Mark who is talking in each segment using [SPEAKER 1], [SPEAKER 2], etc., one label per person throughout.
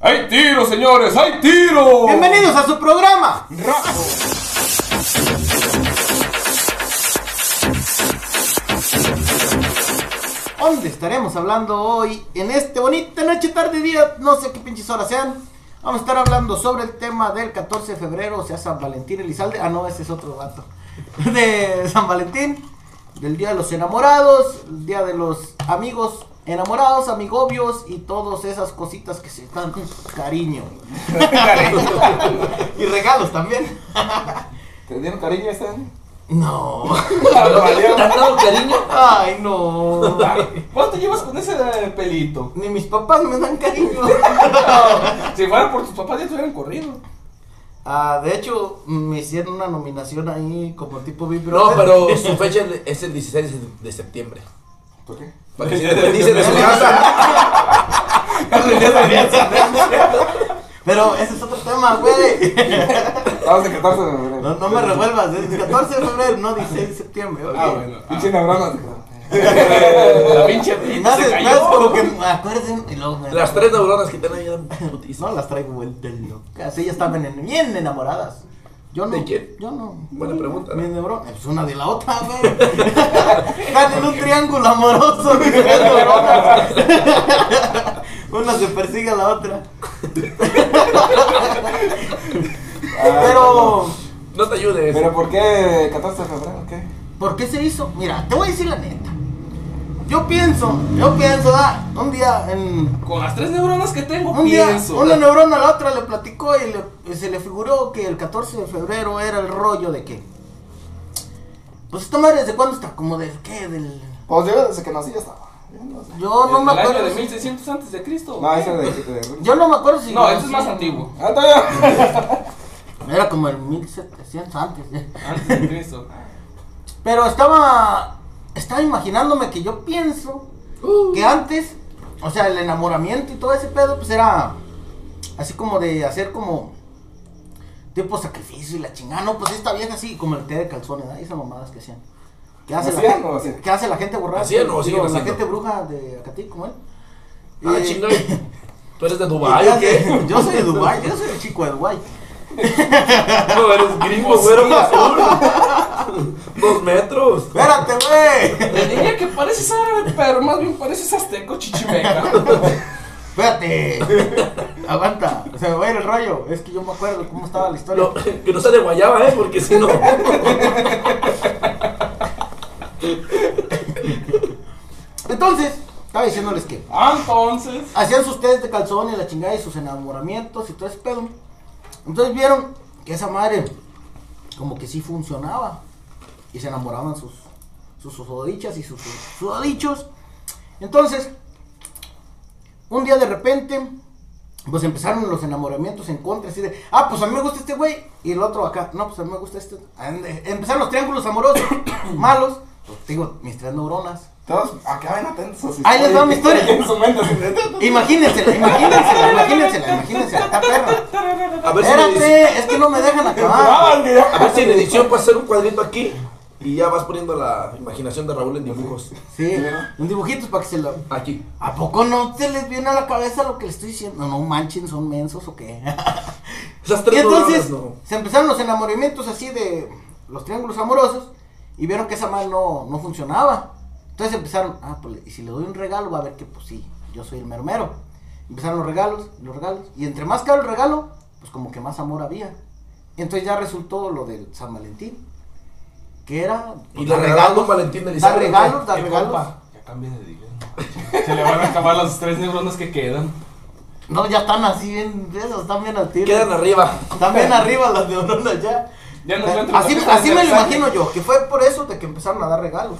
[SPEAKER 1] ¡Hay tiro, señores! ¡Hay tiro!
[SPEAKER 2] Bienvenidos a su programa.
[SPEAKER 1] Rajo.
[SPEAKER 2] ¿Dónde estaremos hablando hoy? En este bonita noche, tarde, día, no sé qué pinches horas sean. Vamos a estar hablando sobre el tema del 14 de febrero, o sea, San Valentín Elizalde. Ah, no, ese es otro dato. De San Valentín, del Día de los Enamorados, el Día de los Amigos Enamorados, Amigobios y todas esas cositas que se dan cariño. y regalos también.
[SPEAKER 1] ¿Te dieron cariño este año?
[SPEAKER 2] Ah, No.
[SPEAKER 3] ¿Te han dado cariño?
[SPEAKER 2] Ay, no.
[SPEAKER 1] ¿Cuánto llevas con ese eh, pelito?
[SPEAKER 2] Ni mis papás me dan cariño.
[SPEAKER 1] Si fueran por tus papás ya te hubieran corrido.
[SPEAKER 2] Ah, de hecho, me hicieron una nominación ahí como tipo Big Brother.
[SPEAKER 3] No, pero su fecha es el 16 de septiembre.
[SPEAKER 1] ¿Por qué?
[SPEAKER 3] Para que se independice de su casa.
[SPEAKER 2] Pero ese es otro tema, güey.
[SPEAKER 1] Estabas de 14 de febrero.
[SPEAKER 2] No, no me revuelvas, es 14 de febrero, no 16 de septiembre. oye.
[SPEAKER 1] Ah, bueno. Pinche neurona.
[SPEAKER 3] La pinche
[SPEAKER 2] Y
[SPEAKER 3] pinta
[SPEAKER 2] nada,
[SPEAKER 3] se
[SPEAKER 2] es- nada es
[SPEAKER 3] cayó.
[SPEAKER 2] como que me acuerden y luego me-
[SPEAKER 3] Las tres neuronas que te han ayudado putiza.
[SPEAKER 2] No las traigo vueltas locas. Ellas estaban en- bien enamoradas. Yo no.
[SPEAKER 3] ¿De quién?
[SPEAKER 2] Yo no.
[SPEAKER 3] Buena pregunta.
[SPEAKER 2] Mi neurona. Pues una de la otra, güey. Están en un triángulo amoroso. mis neuronas. una se persigue a la otra. Pero.
[SPEAKER 3] No te ayudes.
[SPEAKER 1] ¿Pero por qué 14 de febrero? ¿Qué?
[SPEAKER 2] ¿Por qué se hizo? Mira, te voy a decir la neta. Yo pienso, yo pienso, ah, un día en.
[SPEAKER 4] Con las tres neuronas que tengo,
[SPEAKER 2] Un día,
[SPEAKER 4] pienso.
[SPEAKER 2] una neurona a la otra le platicó y le- se le figuró que el 14 de febrero era el rollo de que. Pues esta madre desde cuándo está, como del qué, del.
[SPEAKER 1] Pues yo desde que nací ya estaba. Yo no sé.
[SPEAKER 2] Yo no me
[SPEAKER 4] el año
[SPEAKER 2] acuerdo.
[SPEAKER 4] de 1600 antes de Cristo.
[SPEAKER 1] No, ese de de
[SPEAKER 2] Yo no me acuerdo si.
[SPEAKER 4] No, este es más antiguo.
[SPEAKER 1] Ah, todavía.
[SPEAKER 2] Era como el 1700 antes. ¿eh?
[SPEAKER 4] Antes de Cristo.
[SPEAKER 2] Pero estaba. Estaba imaginándome que yo pienso
[SPEAKER 3] Uh.
[SPEAKER 2] que antes, o sea, el enamoramiento y todo ese pedo, pues era así como de hacer como tipo sacrificio y la chingada. No, pues esta vieja así, como el té de calzones, ¿eh? esas mamadas que hacían. ¿Qué hace, la
[SPEAKER 1] ¿Hacían
[SPEAKER 2] gente,
[SPEAKER 1] o hacían?
[SPEAKER 2] ¿Qué hace la gente borracha?
[SPEAKER 3] ¿Hacían o siguen
[SPEAKER 2] Digo, La
[SPEAKER 3] haciendo?
[SPEAKER 2] gente bruja de Acatí, como él.
[SPEAKER 3] Ah,
[SPEAKER 2] Eh,
[SPEAKER 3] chinga. ¿Tú eres de
[SPEAKER 2] ¿qué
[SPEAKER 3] Dubái o
[SPEAKER 2] hace?
[SPEAKER 3] qué?
[SPEAKER 2] Yo soy de Dubái, yo soy el chico de Dubái.
[SPEAKER 3] No, eres gringo, güero, azul. Dos metros.
[SPEAKER 2] ¡Espérate, güey!
[SPEAKER 4] Te diría que pareces árabe, pero más bien pareces azteco chichimeca.
[SPEAKER 2] Espérate. Aguanta. Se me va a ir el rollo. Es que yo me acuerdo cómo estaba la historia.
[SPEAKER 3] No, que no sea de guayaba, ¿eh? Porque si no.
[SPEAKER 2] Entonces, estaba diciéndoles que
[SPEAKER 4] Ah, Entonces.
[SPEAKER 2] hacían sus test de calzón y la chingada y sus enamoramientos y todo ese pedo. Entonces vieron que esa madre como que sí funcionaba. Y se enamoraban sus, sus sudodichas y sus sudodichos. Entonces, un día de repente, pues empezaron los enamoramientos en contra, así de, ah, pues a mí me gusta este güey, y el otro acá, no, pues a mí me gusta este. Ande- Empezaron los triángulos amorosos, malos, pues, digo, mis tres neuronas.
[SPEAKER 1] Todos acaben atentos a su
[SPEAKER 2] Ahí les va mi historia. Ah.
[SPEAKER 1] En su mente. así.
[SPEAKER 2] Imagínensela, imagínensela, imagínensela, imagínensela, está perra.
[SPEAKER 3] A ver si en edición,
[SPEAKER 2] Espérate, es que no me dejan
[SPEAKER 1] Ah,
[SPEAKER 2] acabar.
[SPEAKER 1] el video.
[SPEAKER 3] a ver si en edición puedes hacer un cuadrito aquí y ya vas poniendo la imaginación de Raúl en dibujos.
[SPEAKER 2] Sí, un dibujito para que se lo.
[SPEAKER 3] Aquí.
[SPEAKER 2] ¿A poco no se les viene a la cabeza lo que le estoy diciendo? No, no manchen, son mensos o qué.
[SPEAKER 3] Esas
[SPEAKER 2] Y
[SPEAKER 3] tres
[SPEAKER 2] entonces
[SPEAKER 3] neuronas, no.
[SPEAKER 2] se empezaron los enamoramientos así de los triángulos amorosos y vieron que esa mal no, no funcionaba. Entonces empezaron, ah, pues y si le doy un regalo va a ver que pues sí, yo soy el mermero. Empezaron los regalos, los regalos y entre más caro el regalo, pues como que más amor había. Y entonces ya resultó lo del San Valentín, que era
[SPEAKER 3] Y
[SPEAKER 2] pues,
[SPEAKER 3] le
[SPEAKER 2] dar
[SPEAKER 3] regaló
[SPEAKER 2] regalos,
[SPEAKER 3] Valentín de
[SPEAKER 2] dar
[SPEAKER 3] Elizalde.
[SPEAKER 2] regalos, dar
[SPEAKER 4] Eh,
[SPEAKER 2] regalos.
[SPEAKER 4] compa, Ya cambia de dinero. Se le van a acabar las tres neuronas que quedan.
[SPEAKER 2] No, ya están así bien, esos están bien al tiro.
[SPEAKER 3] Quedan arriba.
[SPEAKER 2] Están bien arriba las neuronas ya.
[SPEAKER 4] Ya no encuentro
[SPEAKER 2] Eh, así
[SPEAKER 4] las
[SPEAKER 2] así me lo
[SPEAKER 4] neuronas.
[SPEAKER 2] imagino yo, que fue por eso de que empezaron a dar regalos.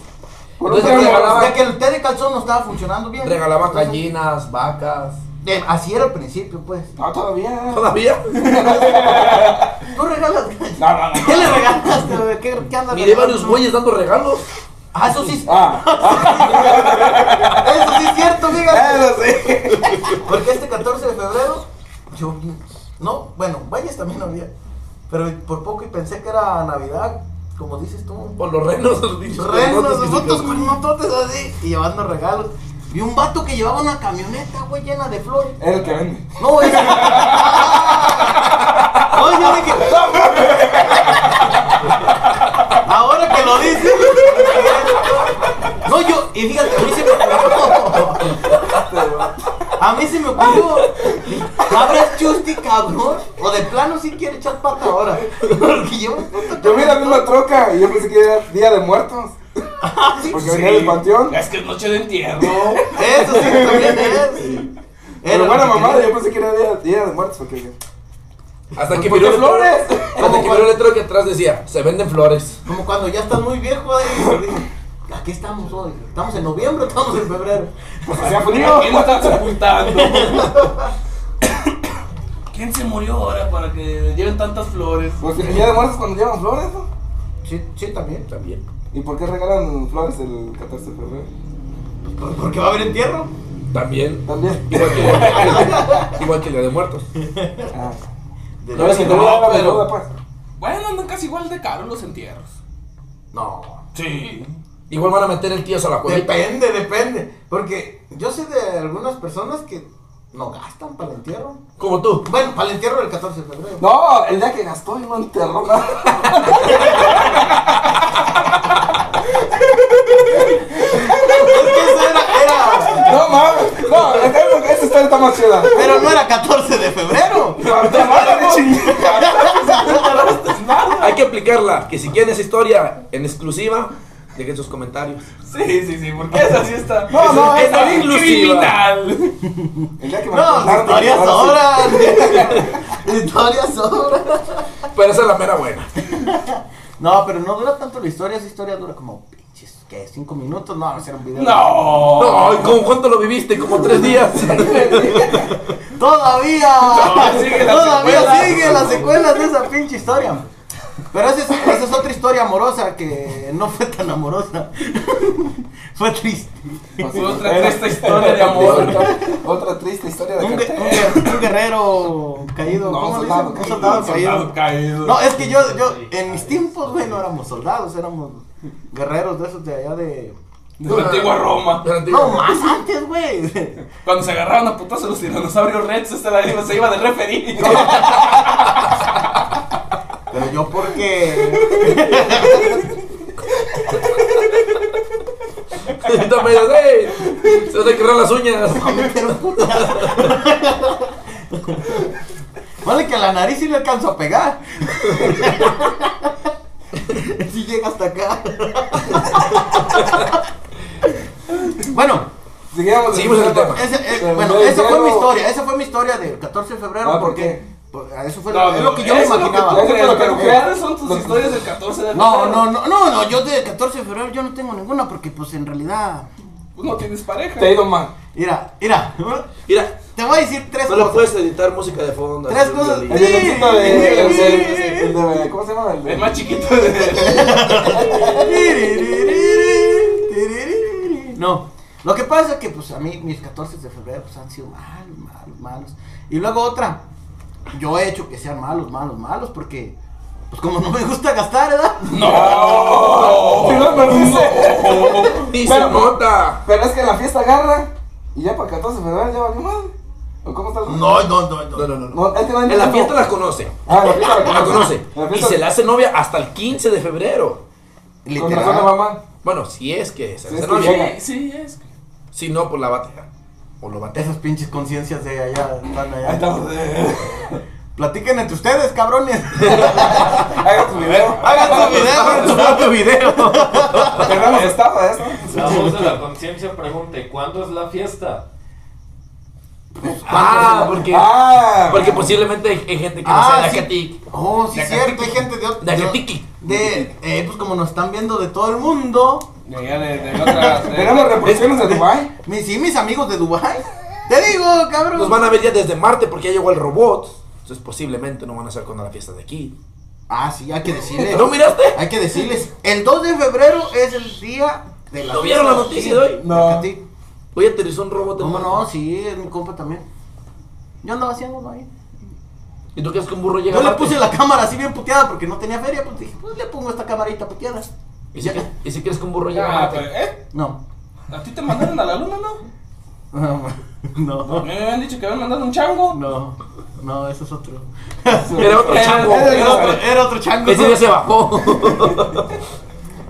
[SPEAKER 3] Entonces
[SPEAKER 2] De que- de
[SPEAKER 3] regalaban,
[SPEAKER 2] que el té de calzón no estaba funcionando bien.
[SPEAKER 3] regalaban
[SPEAKER 2] Entonces,
[SPEAKER 3] gallinas, vacas.
[SPEAKER 2] eh, así era al principio, pues.
[SPEAKER 1] No, Ah, todavía.
[SPEAKER 3] ¿Todavía?
[SPEAKER 2] Tú regalas
[SPEAKER 1] No, no, no.
[SPEAKER 2] ¿Qué le regalaste? güey? ¿Qué, qué andas
[SPEAKER 3] Miré
[SPEAKER 2] regalando?
[SPEAKER 3] varios güeyes dando regalos.
[SPEAKER 2] Ah, eso sí,
[SPEAKER 1] Ah,
[SPEAKER 2] eso sí es cierto,
[SPEAKER 1] ya
[SPEAKER 2] fíjate.
[SPEAKER 1] lo sé.
[SPEAKER 2] Porque este 14 de febrero, yo. No, bueno, valles también había. Pero por poco y pensé que era Navidad, como dices tú.
[SPEAKER 3] Por los renos, los bichos.
[SPEAKER 2] Renos,
[SPEAKER 3] grandotes que se
[SPEAKER 2] nosotros
[SPEAKER 3] quedan.
[SPEAKER 2] con mototes así y llevando regalos. Vi un vato que llevaba una camioneta, güey, llena de flores.
[SPEAKER 1] Es el que vende.
[SPEAKER 2] No, es. No, yo dije. Ahora que lo dice. No, yo. Y fíjate, a mí se me ocurrió. A mí se me ocurrió. Habrá chusti, cabrón. O de plano si quiere echar pata ahora. Porque yo.
[SPEAKER 1] Yo vi la misma troca y yo pensé que era Día de Muertos. Porque venía del panteón.
[SPEAKER 4] Es que es noche de entierro.
[SPEAKER 2] Eso sí, también es.
[SPEAKER 1] Pero buena
[SPEAKER 2] lo que
[SPEAKER 1] mamada,
[SPEAKER 2] quería.
[SPEAKER 1] yo pensé que era Día, día de Muertos. Porque...
[SPEAKER 3] Hasta que
[SPEAKER 1] ¿Por
[SPEAKER 3] miró
[SPEAKER 1] qué
[SPEAKER 3] el flores.
[SPEAKER 1] flores?
[SPEAKER 3] Hasta que miró el letrero que atrás decía, se venden flores.
[SPEAKER 2] Como cuando ya estás muy viejo, ahí. Aquí estamos hoy. Estamos en noviembre, o estamos en febrero.
[SPEAKER 1] Pues hacía frío.
[SPEAKER 4] ¿A quién estás apuntando? ¿Quién se murió ahora para que lleven tantas flores?
[SPEAKER 1] Pues el Día de Muertos es cuando llevan flores, ¿no?
[SPEAKER 2] Sí, sí, también.
[SPEAKER 3] También.
[SPEAKER 1] ¿Y por qué regalan flores el 14 de febrero?
[SPEAKER 2] Pues Porque va a haber entierro.
[SPEAKER 3] También.
[SPEAKER 1] También.
[SPEAKER 3] Igual que, el- igual que el día de muertos.
[SPEAKER 1] Ah.
[SPEAKER 2] De-
[SPEAKER 1] No, es que
[SPEAKER 2] no,
[SPEAKER 1] no la
[SPEAKER 2] pero-
[SPEAKER 1] menuda, pues.
[SPEAKER 4] Bueno, andan casi igual de caros los entierros.
[SPEAKER 2] No.
[SPEAKER 4] Sí.
[SPEAKER 3] Igual van a meter el tío a la cueva.
[SPEAKER 2] Depende, depende. Porque yo sé de algunas personas que no gastan para el entierro.
[SPEAKER 3] Como tú.
[SPEAKER 2] Bueno, para el entierro del 14 de febrero.
[SPEAKER 1] No, el día que gastó y no enterró nada.
[SPEAKER 2] Es que eso era, era-
[SPEAKER 1] No mames. No, esa- esa historia está más chida.
[SPEAKER 2] Pero no era 14 de febrero.
[SPEAKER 1] No, te mata, no
[SPEAKER 3] Hay que aplicarla. Que si quieren esa historia en exclusiva, dejen sus comentarios.
[SPEAKER 4] Sí, sí, sí, porque esa sí está.
[SPEAKER 1] No, no,
[SPEAKER 4] esa
[SPEAKER 1] esa
[SPEAKER 4] es
[SPEAKER 3] inclusiva.
[SPEAKER 4] criminal.
[SPEAKER 1] El día que me
[SPEAKER 2] No,
[SPEAKER 1] enterraron,
[SPEAKER 2] historias
[SPEAKER 1] ahora sí.
[SPEAKER 2] sobran. Historias sobran.
[SPEAKER 3] Pero esa es la mera buena.
[SPEAKER 2] No, pero no dura tanto la historia. Esa historia dura como pinches, ¿qué? ¿Cinco minutos? No, va a ser un video.
[SPEAKER 4] No.
[SPEAKER 3] No, ¿y ¿cómo, ¿cuánto lo viviste? Como tres días.
[SPEAKER 2] Todavía,
[SPEAKER 4] No, sigue la
[SPEAKER 2] todavía
[SPEAKER 4] secuela.
[SPEAKER 2] sigue las secuelas de esa pinche historia. Pero esa es, esa es otra historia amorosa que no fue tan amorosa. fue triste.
[SPEAKER 4] Fue otra triste historia de amor.
[SPEAKER 1] Otra triste historia de
[SPEAKER 2] Un, gue-
[SPEAKER 1] cartel.
[SPEAKER 2] un gue- un guerrero caído.
[SPEAKER 1] No,
[SPEAKER 2] ¿cómo le dicen?
[SPEAKER 1] soldado
[SPEAKER 2] Un
[SPEAKER 1] caído,
[SPEAKER 2] soldado
[SPEAKER 4] Soldado
[SPEAKER 2] caído.
[SPEAKER 4] caído.
[SPEAKER 2] No, es que yo, yo en mis tiempos, güey, no éramos soldados, éramos guerreros de esos de allá de.
[SPEAKER 4] De la antigua Roma.
[SPEAKER 3] De la antigua
[SPEAKER 2] No,
[SPEAKER 3] Roma.
[SPEAKER 2] más antes, güey.
[SPEAKER 4] Cuando se agarraban a putas los dinosaurios Reds, esta la iba, se iba de referir.
[SPEAKER 2] Pero yo porque.
[SPEAKER 3] Ahorita me dices, "Ey, Se van a quebrar las uñas.
[SPEAKER 2] a meter un putazo. Vale que a la nariz sí le alcanzo a pegar. Si llega hasta acá. bueno,
[SPEAKER 1] Seguimos,
[SPEAKER 3] Seguimos en el tema.
[SPEAKER 2] ese, eh,
[SPEAKER 1] Pero
[SPEAKER 2] bueno,
[SPEAKER 1] no,
[SPEAKER 2] esa fue
[SPEAKER 1] Diego-
[SPEAKER 2] mi historia, esa fue mi historia del 14 de febrero
[SPEAKER 1] Ah, ¿por
[SPEAKER 2] porque
[SPEAKER 1] qué?
[SPEAKER 2] por- eso fue
[SPEAKER 4] No,
[SPEAKER 2] es
[SPEAKER 4] no,
[SPEAKER 2] lo que yo me
[SPEAKER 4] eso es lo que
[SPEAKER 2] imaginaba.
[SPEAKER 4] tú
[SPEAKER 1] Eso es
[SPEAKER 4] crees,
[SPEAKER 1] lo que
[SPEAKER 4] pero
[SPEAKER 1] tú
[SPEAKER 4] creales
[SPEAKER 1] crees.
[SPEAKER 4] son tus
[SPEAKER 1] Lo que-
[SPEAKER 4] historias del 14 de
[SPEAKER 2] No,
[SPEAKER 4] febrero.
[SPEAKER 2] no, no, no, no, yo del 14 de febrero yo no tengo ninguna porque pues en realidad,
[SPEAKER 4] Tú no tienes pareja.
[SPEAKER 1] Te ha ido mal.
[SPEAKER 2] mira, mira,
[SPEAKER 3] Mira,
[SPEAKER 2] te voy a decir tres
[SPEAKER 3] no le puedes editar música de fondo.
[SPEAKER 2] Tres
[SPEAKER 3] así,
[SPEAKER 2] cosas.
[SPEAKER 1] El
[SPEAKER 3] violín.
[SPEAKER 1] violoncito de,
[SPEAKER 2] Sí.
[SPEAKER 1] el de- el de- ¿Cómo se llama? El de.
[SPEAKER 4] El más chiquito de.
[SPEAKER 2] No. Lo que pasa es que pues a mí mis 14 de febrero pues han sido mal, mal, malos. Y luego otra, yo he hecho que sean malos, malos, malos porque pues como no me gusta gastar, ¿verdad?
[SPEAKER 1] Sí, no, pero dice-
[SPEAKER 3] Y se
[SPEAKER 1] Pero-
[SPEAKER 3] nota.
[SPEAKER 1] Pero es que la fiesta agarra y ya para el 14 de febrero ya valió madre. ¿O cómo está el.?
[SPEAKER 2] no, no,
[SPEAKER 3] No, no, no. no.
[SPEAKER 1] No, ahí te va el
[SPEAKER 3] En la
[SPEAKER 1] dato.
[SPEAKER 3] fiesta la conoce.
[SPEAKER 1] Ah, la fiesta
[SPEAKER 3] La conoce.
[SPEAKER 1] La
[SPEAKER 3] Y
[SPEAKER 1] fiesta-
[SPEAKER 3] se le hace novia hasta el 15 de febrero.
[SPEAKER 1] Con razón la
[SPEAKER 2] Literal.
[SPEAKER 1] mamá.
[SPEAKER 3] Bueno, si es que se
[SPEAKER 1] Si
[SPEAKER 3] le hace
[SPEAKER 1] es que
[SPEAKER 3] novia.
[SPEAKER 1] llega.
[SPEAKER 4] Sí, es.
[SPEAKER 3] Si no, pues la batea. O lo batea.
[SPEAKER 2] Esas pinches conciencias de allá están
[SPEAKER 1] Ahí
[SPEAKER 2] allá.
[SPEAKER 1] estamos. eh,
[SPEAKER 2] Platiquen entre ustedes, cabrones.
[SPEAKER 1] Haga tu video.
[SPEAKER 2] Hagan su video, hagan su propio
[SPEAKER 3] Ah,
[SPEAKER 2] video.
[SPEAKER 1] Perdamos estafa esto.
[SPEAKER 5] La voz de la conciencia pregunte, ¿cuándo es la fiesta?
[SPEAKER 3] Ah, porque.
[SPEAKER 1] Ah.
[SPEAKER 3] Porque pues, posiblemente hay hay gente que no
[SPEAKER 2] Ah,
[SPEAKER 3] sea de
[SPEAKER 2] sí.
[SPEAKER 3] Acatí.
[SPEAKER 2] Oh, sí,
[SPEAKER 4] De
[SPEAKER 2] es cierto, hay gente de otro.
[SPEAKER 3] De Acatiki.
[SPEAKER 2] De, eh, pues como nos están viendo de todo el mundo,
[SPEAKER 4] De allá de, de otra. de-
[SPEAKER 1] Tenemos reproducciones de Dubai.
[SPEAKER 2] mis, sí, mis amigos de Dubai. Te digo, cabrón.
[SPEAKER 3] Nos van a ver ya desde Marte porque ya llegó el robot. Entonces posiblemente no van a estar cuando la fiesta de aquí.
[SPEAKER 2] Ah, sí, hay que decirles.
[SPEAKER 3] ¿No miraste?
[SPEAKER 2] Hay que decirles. El 2 de febrero es el día de la
[SPEAKER 3] ¿No vieron la noticia de hoy?
[SPEAKER 1] No.
[SPEAKER 2] No.
[SPEAKER 3] Hoy aterrizó un robot en
[SPEAKER 2] ¿Cómo
[SPEAKER 3] Marte.
[SPEAKER 2] no? Sí, es mi compa también. Yo andaba haciendo uno ahí.
[SPEAKER 3] ¿Y tú crees que un burro llega
[SPEAKER 2] Yo
[SPEAKER 3] a
[SPEAKER 2] le
[SPEAKER 3] Marte?
[SPEAKER 2] puse la cámara así bien puteada porque no tenía feria. Pues dije, pues le pongo esta camarita puteada.
[SPEAKER 3] ¿Y si, cre- y si crees que un burro llega a
[SPEAKER 4] Ah,
[SPEAKER 3] Marte?
[SPEAKER 4] pero, ¿eh?
[SPEAKER 2] No.
[SPEAKER 4] ¿A ti te mandaron a la luna, no? A
[SPEAKER 2] No,
[SPEAKER 4] mí me habían dicho que habían mandado un chango.
[SPEAKER 2] no, no, eso es otro.
[SPEAKER 3] Era otro chango.
[SPEAKER 2] Era otro, era otro chango.
[SPEAKER 3] Ese ya se bajó.
[SPEAKER 1] Ay,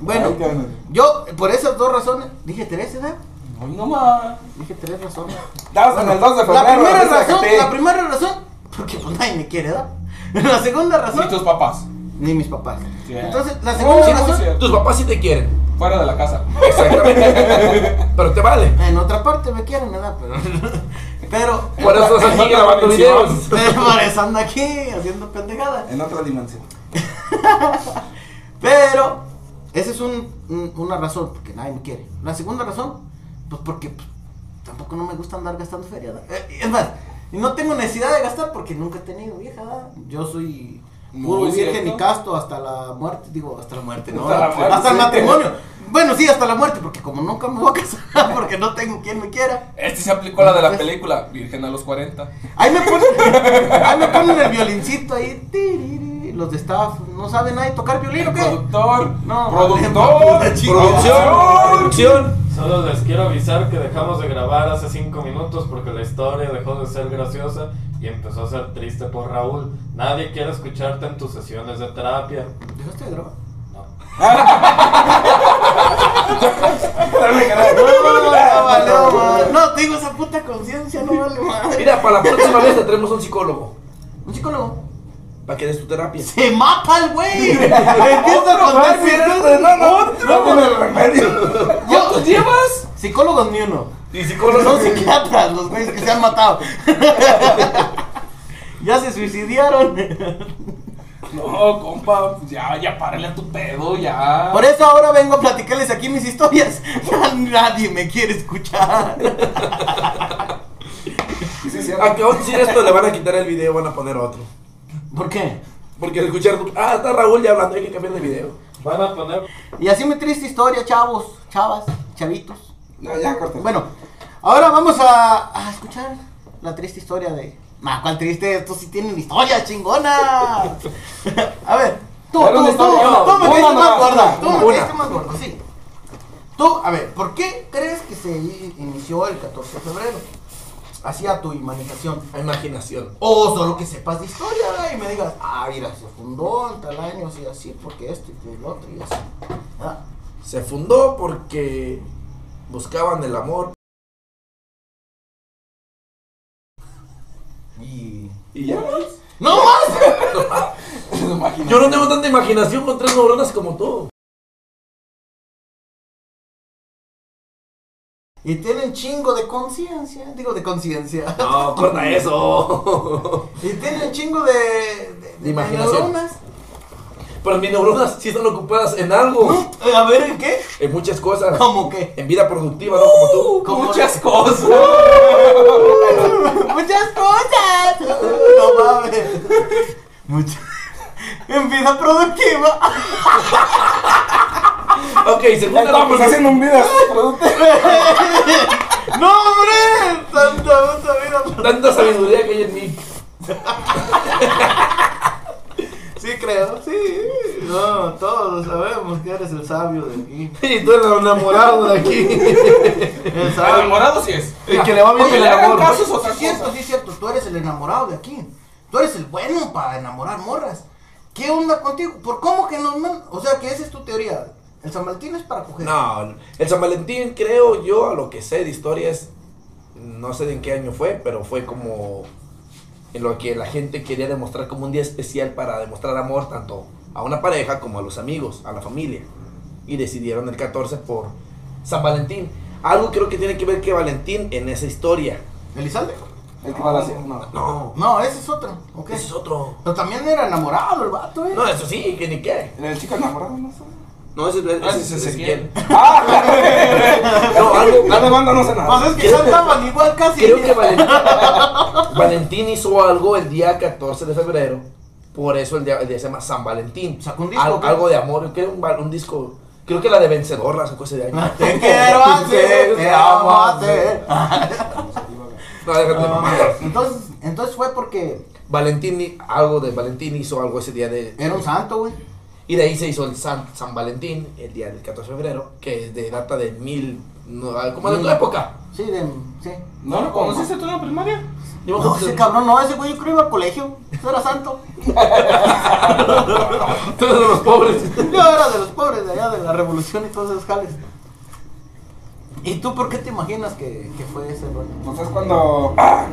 [SPEAKER 2] Bueno,
[SPEAKER 1] carnal.
[SPEAKER 2] yo por esas dos razones, dije tres, ¿verdad?
[SPEAKER 4] Ay, no más.
[SPEAKER 2] Dije tres razones.
[SPEAKER 1] Estabas en el 2 de febrero.
[SPEAKER 2] La primera
[SPEAKER 1] ahorita
[SPEAKER 2] razón,
[SPEAKER 1] que te-
[SPEAKER 2] la primera razón, porque pues nadie me quiere dar. La segunda
[SPEAKER 4] Y
[SPEAKER 2] razón,
[SPEAKER 4] tus papás.
[SPEAKER 2] ni mis papás.
[SPEAKER 4] Sí.
[SPEAKER 2] Entonces, la
[SPEAKER 4] Oh,
[SPEAKER 2] segunda
[SPEAKER 4] sí, muy
[SPEAKER 2] razón,
[SPEAKER 4] cierto.
[SPEAKER 3] Tus papás sí te quieren.
[SPEAKER 4] Fuera de la casa.
[SPEAKER 3] Exactamente. Pero te vale.
[SPEAKER 2] en otra parte me quieren, ¿verdad? Pero, pero,
[SPEAKER 3] Por eso estás aquí grabando videos.
[SPEAKER 2] pero por eso ando aquí haciendo pendejadas.
[SPEAKER 1] En otra dimensión.
[SPEAKER 2] Pero, esa es un- un- una razón, porque nadie me quiere. La segunda razón, pues porque pues, tampoco no me gusta andar gastando feria. ¿verdad? Eh, Es más, no tengo necesidad de gastar porque nunca he tenido vieja. ¿verdad? Yo soy puro
[SPEAKER 4] Muy
[SPEAKER 2] virgen
[SPEAKER 4] cierto.
[SPEAKER 2] y casto hasta la muerte, digo, hasta la muerte, ¿no?
[SPEAKER 4] Hasta la muerte,
[SPEAKER 2] Hasta el
[SPEAKER 4] sí.
[SPEAKER 2] matrimonio. Bueno, sí, hasta la muerte, porque como nunca me voy a casar, porque no tengo quien me quiera.
[SPEAKER 4] Este se aplicó la de la película Virgen a los 40.
[SPEAKER 2] Ahí me ponen, ahí me ponen el violincito ahí. tiriri, Los de staff, ¿no saben nadie tocar violín o qué?
[SPEAKER 4] Productor,
[SPEAKER 2] No,
[SPEAKER 4] productor,
[SPEAKER 2] vale, chingada.
[SPEAKER 3] Producción.
[SPEAKER 4] producción.
[SPEAKER 3] Producción.
[SPEAKER 5] Solo les quiero avisar que dejamos de grabar hace 5 minutos porque la historia dejó de ser graciosa y empezó a ser triste por Raúl. Nadie quiere escucharte en tus sesiones de terapia.
[SPEAKER 2] Dejaste de grabar.
[SPEAKER 5] No.
[SPEAKER 2] No, vale, madre. No, tengo esa puta conciencia, no vale madre.
[SPEAKER 3] Mira, para la próxima vez te traemos un psicólogo.
[SPEAKER 2] Un psicólogo.
[SPEAKER 3] Para que des tu terapia.
[SPEAKER 2] Se mata el güey. Empieza a contar mis cosas.
[SPEAKER 1] No, no, no con el remedio.
[SPEAKER 4] ¿Cuántos llevas?
[SPEAKER 2] Psicólogos ni uno.
[SPEAKER 3] Y
[SPEAKER 2] Son
[SPEAKER 3] psicólogo.
[SPEAKER 2] psiquiatras los güeyes que se han matado. Ya se suicidiaron.
[SPEAKER 4] No, compa, ya, ya párale a tu pedo, ya.
[SPEAKER 2] Por eso ahora vengo a platicarles aquí mis historias. Ya nadie me quiere escuchar.
[SPEAKER 1] Sí, sí, sí.
[SPEAKER 3] A que aún sin esto le van a quitar el video, van a poner otro.
[SPEAKER 2] ¿Por qué?
[SPEAKER 3] Porque al escuchar, ah, está Raúl ya hablando, hay que cambiar de video.
[SPEAKER 5] Van a poner
[SPEAKER 2] Y así mi triste historia, chavos, chavas, chavitos.
[SPEAKER 1] No, ya corta.
[SPEAKER 2] Bueno, ahora vamos a, a escuchar la triste historia de. Nah, ¿cuál triste? Estos sí tienen historia chingona. a ver, tú,
[SPEAKER 1] Era
[SPEAKER 2] tú,
[SPEAKER 1] una
[SPEAKER 2] tú,
[SPEAKER 1] historia, no,
[SPEAKER 2] tú me
[SPEAKER 1] una
[SPEAKER 2] caíste más
[SPEAKER 1] nomás,
[SPEAKER 2] gorda. Tú
[SPEAKER 1] una,
[SPEAKER 2] me
[SPEAKER 3] una.
[SPEAKER 2] caíste más gorda, sí. Tú, a ver, ¿por qué crees que se i- inició el 14 de febrero? Hacia tu imaginación.
[SPEAKER 3] Imaginación.
[SPEAKER 2] O solo que sepas de historia ¿verdad? y me digas, ah, mira, se fundó en tal año, así, así, porque esto y el otro y así. Ah, ¿verdad?
[SPEAKER 3] Se fundó porque buscaban el amor
[SPEAKER 2] Y.
[SPEAKER 3] y ya.
[SPEAKER 2] ¡No más!
[SPEAKER 4] Imagínate.
[SPEAKER 3] Yo no tengo tanta imaginación con tres neuronas como tú.
[SPEAKER 2] Y tienen chingo de conciencia, digo de conciencia.
[SPEAKER 3] No, corta eso.
[SPEAKER 2] Y tienen chingo de, de,
[SPEAKER 3] De imaginación.
[SPEAKER 2] neuronas.
[SPEAKER 3] Pero mis neuronas sí están ocupadas en algo,
[SPEAKER 2] Eh, A ver, ¿en qué?
[SPEAKER 3] en muchas cosas,
[SPEAKER 2] ¿Cómo qué?
[SPEAKER 3] en vida productiva, no como tú.
[SPEAKER 2] ¿Cómo
[SPEAKER 4] Muchas
[SPEAKER 2] de-
[SPEAKER 4] cosas.
[SPEAKER 2] Muchas cosas. No mames. Mucha- En vida productiva.
[SPEAKER 3] Ok, segunda
[SPEAKER 1] Estamos
[SPEAKER 3] razón.
[SPEAKER 1] haciendo un video. Ah, producto.
[SPEAKER 2] ¡No, hombre! Tanta puta vida. pro-
[SPEAKER 3] Tanta sabiduría que hay en mí.
[SPEAKER 2] Sí, creo, sí. No, todos lo sabemos que eres el sabio de aquí.
[SPEAKER 3] Y tú eres el enamorado de aquí.
[SPEAKER 2] El
[SPEAKER 4] El
[SPEAKER 2] sabio.
[SPEAKER 4] enamorado sí es.
[SPEAKER 3] El que le va bien
[SPEAKER 4] Porque
[SPEAKER 3] el
[SPEAKER 4] le hagan
[SPEAKER 3] amor.
[SPEAKER 4] caso es
[SPEAKER 2] Sí,
[SPEAKER 4] otra
[SPEAKER 2] es cierto,
[SPEAKER 4] cosa.
[SPEAKER 2] sí, es cierto. Tú eres el enamorado de aquí. Tú eres el bueno para enamorar morras. ¿Qué onda contigo? ¿Por cómo que nos man- O sea, que esa es tu teoría. El San Martín es para coger.
[SPEAKER 3] No, el San Valentín creo yo, a lo que sé de historias, no sé de en qué año fue, pero fue como en lo que la gente quería demostrar como un día especial para demostrar amor tanto a una pareja como a los amigos, a la familia. Y decidieron el 14 por San Valentín. Algo creo que tiene que ver que Valentín en esa historia.
[SPEAKER 2] ¿Elizalde?
[SPEAKER 1] El que va a la ciudad, no.
[SPEAKER 3] No,
[SPEAKER 2] No, ese es otro. Ok.
[SPEAKER 3] ese es otro.
[SPEAKER 2] Pero también era enamorado el vato, eh.
[SPEAKER 3] No, eso sí, que ni qué.
[SPEAKER 1] El del chico enamorado, no sé.
[SPEAKER 3] No, ese,
[SPEAKER 4] Ah, ese es Ezequiel.
[SPEAKER 3] No, algo,
[SPEAKER 1] La demanda no sé nada.
[SPEAKER 2] Pues es que ya andaban igual casi.
[SPEAKER 3] Creo que Valentín, Valentín hizo algo el día 14 de febrero. Por eso el día, el día se llama San Valentín.
[SPEAKER 2] ¿Sacó un disco
[SPEAKER 3] Al-
[SPEAKER 2] o qué?
[SPEAKER 3] algo de amor. Yo creo un, val- un disco. Creo que la de Vencedor la sacó ese de año.
[SPEAKER 2] Ah, Te quiero hacer, te amo hacer. Ah,
[SPEAKER 3] No, déjate de mamadas.
[SPEAKER 2] Entonces, entonces fue porque
[SPEAKER 3] Valentín, hi- algo de Valentín hizo algo ese día de.
[SPEAKER 2] era un santo, güey.
[SPEAKER 3] Y de ahí se hizo el San, San Valentín, el día del 14 de febrero, que es de data de mil, No, como de tu época.
[SPEAKER 2] Sí, de, sí.
[SPEAKER 4] ¿No lo conociste tú en la primaria?
[SPEAKER 3] Yo me
[SPEAKER 2] No,
[SPEAKER 3] acuerdo
[SPEAKER 2] ese
[SPEAKER 3] que-
[SPEAKER 2] cabrón no, ese güey yo creo iba al colegio. Yo era santo.
[SPEAKER 3] Tú eres de los pobres.
[SPEAKER 2] Yo era de los pobres de allá, de la revolución y todos esos jales. ¿Y tú por qué te imaginas que, que fue ese rollo?
[SPEAKER 1] Pues es cuando. ¡Ah!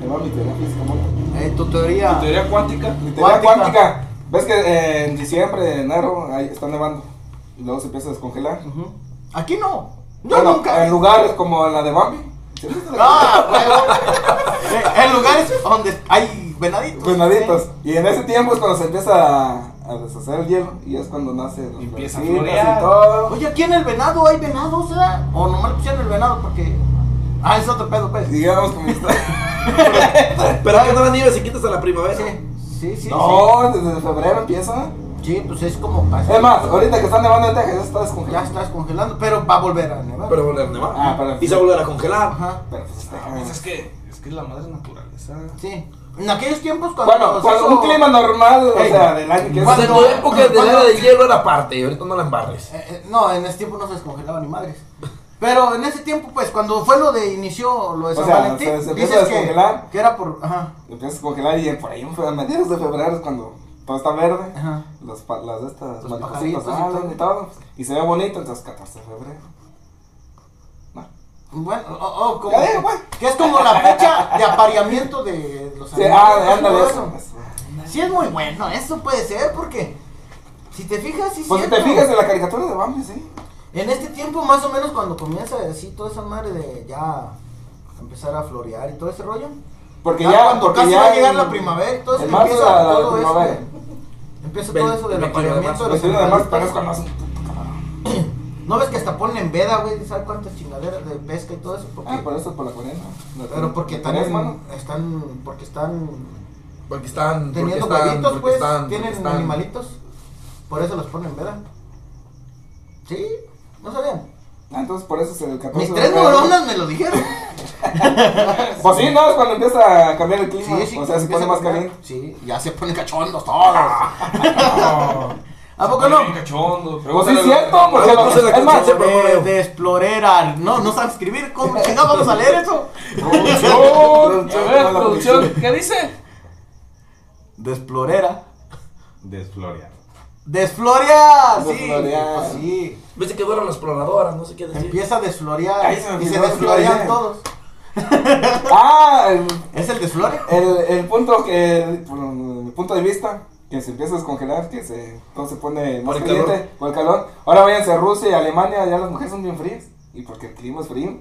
[SPEAKER 1] Te va mi teoría física, ¿no?
[SPEAKER 2] Eh, tu teoría.
[SPEAKER 4] La teoría cuántica.
[SPEAKER 1] Mi teoría
[SPEAKER 2] Cuántica.
[SPEAKER 1] cuántica. ¿Ves que eh, en diciembre, enero, ahí está nevando? Y luego se empieza a descongelar.
[SPEAKER 2] Ujú. Aquí no. Yo
[SPEAKER 1] Bueno,
[SPEAKER 2] nunca.
[SPEAKER 1] En lugares como la de Bambi. ¿Sí viste la-
[SPEAKER 2] Ah, huevo. Eh, en lugares donde hay venaditos.
[SPEAKER 1] Venaditos. Pues Y en ese tiempo es cuando se empieza a, a deshacer el hielo. Y es cuando nace los
[SPEAKER 4] Empieza a
[SPEAKER 1] florecitas
[SPEAKER 4] florear.
[SPEAKER 1] y todo.
[SPEAKER 2] Oye, aquí en el venado hay venados, ¿verdad? O nomás le pusieron el venado porque. Ah, es otro pedo, pues. Sí,
[SPEAKER 1] Digamos como está.
[SPEAKER 3] Pero que no la nieve se quitas a la primavera.
[SPEAKER 2] sí, sí.
[SPEAKER 1] no, desde febrero empieza.
[SPEAKER 2] Sí, Sí, pues es como. pasa.
[SPEAKER 1] Es más, ahorita que está nevando en Texas ya está
[SPEAKER 2] Ya
[SPEAKER 1] descongelado.
[SPEAKER 2] estás congelando, pero va a volver a nevar.
[SPEAKER 3] Pero volver a nevar.
[SPEAKER 1] Ah, para-
[SPEAKER 3] y se va a volver a congelar.
[SPEAKER 2] Ajá.
[SPEAKER 1] Pero pues está.
[SPEAKER 4] Pues es que es que es la madre naturaleza.
[SPEAKER 2] Sí. En aquellos tiempos cuando.
[SPEAKER 1] Bueno,
[SPEAKER 2] se
[SPEAKER 1] cuando
[SPEAKER 2] hizo-
[SPEAKER 1] un clima normal, o
[SPEAKER 2] Ey.
[SPEAKER 1] sea, del año que es.
[SPEAKER 3] O sea, Pues en tu
[SPEAKER 2] Cuando-
[SPEAKER 3] época de
[SPEAKER 2] cuando-
[SPEAKER 3] era de hielo era parte y ahorita no la embarres.
[SPEAKER 2] Eh, eh, no, en ese tiempo no se descongelaba ni madres. Pero en ese tiempo, pues, cuando fue lo de inició lo de
[SPEAKER 1] O
[SPEAKER 2] San
[SPEAKER 1] sea,
[SPEAKER 2] Valentín,
[SPEAKER 1] se- se empieza
[SPEAKER 2] dices
[SPEAKER 1] a
[SPEAKER 2] que,
[SPEAKER 1] descongelar.
[SPEAKER 2] que era por. Ajá,
[SPEAKER 1] Empieza a descongelar y por ahí en fe- a mediados de febrero es cuando todo está verde.
[SPEAKER 2] ajá.
[SPEAKER 1] Los pa- las de estas
[SPEAKER 2] Los
[SPEAKER 1] maripositas
[SPEAKER 2] pajaritos y
[SPEAKER 1] salen y todo. Y se ve bonito, entonces 14 de febrero.
[SPEAKER 2] Bueno, o- o como.
[SPEAKER 1] Ya digo, güey.
[SPEAKER 2] Que es como la fecha de apareamiento de los
[SPEAKER 1] Sí,
[SPEAKER 2] animales,
[SPEAKER 1] ah, ándale
[SPEAKER 2] todo
[SPEAKER 1] eso. pues.
[SPEAKER 2] Sí, es muy bueno, eso puede ser, porque. Si te fijas, sí,
[SPEAKER 1] Pues si te
[SPEAKER 2] cierto.
[SPEAKER 1] fijas en la caricatura de Bambi, sí.
[SPEAKER 2] En este tiempo, más o menos, cuando comienza así toda esa madre de ya empezar a florear y todo ese rollo.
[SPEAKER 1] Porque
[SPEAKER 2] Ya
[SPEAKER 1] ya,
[SPEAKER 2] cuando
[SPEAKER 1] porque
[SPEAKER 2] casi
[SPEAKER 1] ya
[SPEAKER 2] va a llegar
[SPEAKER 1] en-
[SPEAKER 2] la primavera, entonces
[SPEAKER 1] en marzo
[SPEAKER 2] empieza
[SPEAKER 1] la- la
[SPEAKER 2] todo eso.
[SPEAKER 1] primavera.
[SPEAKER 2] Empieza
[SPEAKER 3] Ve-
[SPEAKER 2] todo eso del
[SPEAKER 3] ve-
[SPEAKER 2] apareamiento de
[SPEAKER 1] Pues
[SPEAKER 2] los
[SPEAKER 1] sí, además, pero es
[SPEAKER 2] animalitos.
[SPEAKER 1] cuando hace un puto
[SPEAKER 2] Ah.
[SPEAKER 1] calor.
[SPEAKER 2] No ves que hasta ponen veda, güey, ¿sabes cuántas chingaderas de pesca y todo eso? Porque,
[SPEAKER 1] Ah, por eso por la cuarentena. La-
[SPEAKER 2] pero porque
[SPEAKER 1] la tenés,
[SPEAKER 2] también
[SPEAKER 1] mano.
[SPEAKER 2] están, porque están
[SPEAKER 3] Porque están. Porque
[SPEAKER 2] teniendo
[SPEAKER 3] están,
[SPEAKER 2] huevitos,
[SPEAKER 3] porque
[SPEAKER 2] pues,
[SPEAKER 3] están- porque
[SPEAKER 2] tienen
[SPEAKER 3] están-
[SPEAKER 2] animalitos, por eso los ponen veda. Sí, no sabían.
[SPEAKER 1] Ah, entonces por eso es el 14
[SPEAKER 2] Mis
[SPEAKER 1] de
[SPEAKER 2] tres
[SPEAKER 1] febrero.
[SPEAKER 2] moronas me lo dijeron.
[SPEAKER 1] Pues sí, no, es cuando empieza a cambiar el clima. o sea, se
[SPEAKER 2] empieza
[SPEAKER 1] pone
[SPEAKER 2] a
[SPEAKER 1] más
[SPEAKER 2] cambiar.
[SPEAKER 1] caliente.
[SPEAKER 2] Sí, ya se ponen cachondos todos. ¿A
[SPEAKER 3] Ah.
[SPEAKER 2] poco no?
[SPEAKER 4] Bien cachondo.
[SPEAKER 1] Pues sí,
[SPEAKER 4] Pregúntale-
[SPEAKER 1] es cierto, porque
[SPEAKER 3] Pregúntale
[SPEAKER 1] los-
[SPEAKER 3] a la
[SPEAKER 1] es más,
[SPEAKER 3] conciencia.
[SPEAKER 2] De, de explorar. No, no saben escribir. ¿Cómo chingado vamos a leer eso?
[SPEAKER 4] Producción, a ver,
[SPEAKER 1] Hola,
[SPEAKER 4] producción, ¿qué dice?
[SPEAKER 2] Desplorera.
[SPEAKER 6] Desflorear.
[SPEAKER 2] Desflorear. Sí,
[SPEAKER 1] Desflorear.
[SPEAKER 2] pues sí.
[SPEAKER 3] Viste que fueron las exploradoras, no sé qué decir.
[SPEAKER 2] Empieza a desflorear.
[SPEAKER 1] Ahí se me
[SPEAKER 2] Y se
[SPEAKER 1] olvidó
[SPEAKER 2] desflorean
[SPEAKER 1] desflorear.
[SPEAKER 2] todos.
[SPEAKER 1] Ah, el,
[SPEAKER 2] ¿Es el desflore?
[SPEAKER 1] el, el punto que, por mi punto de vista, que se empieza a descongelar, que se, todo se pone más
[SPEAKER 3] Por el
[SPEAKER 1] caliente por el calor. Ahora váyanse a Rusia y Alemania, ya las mujeres son bien frías. Y porque el clima es frío.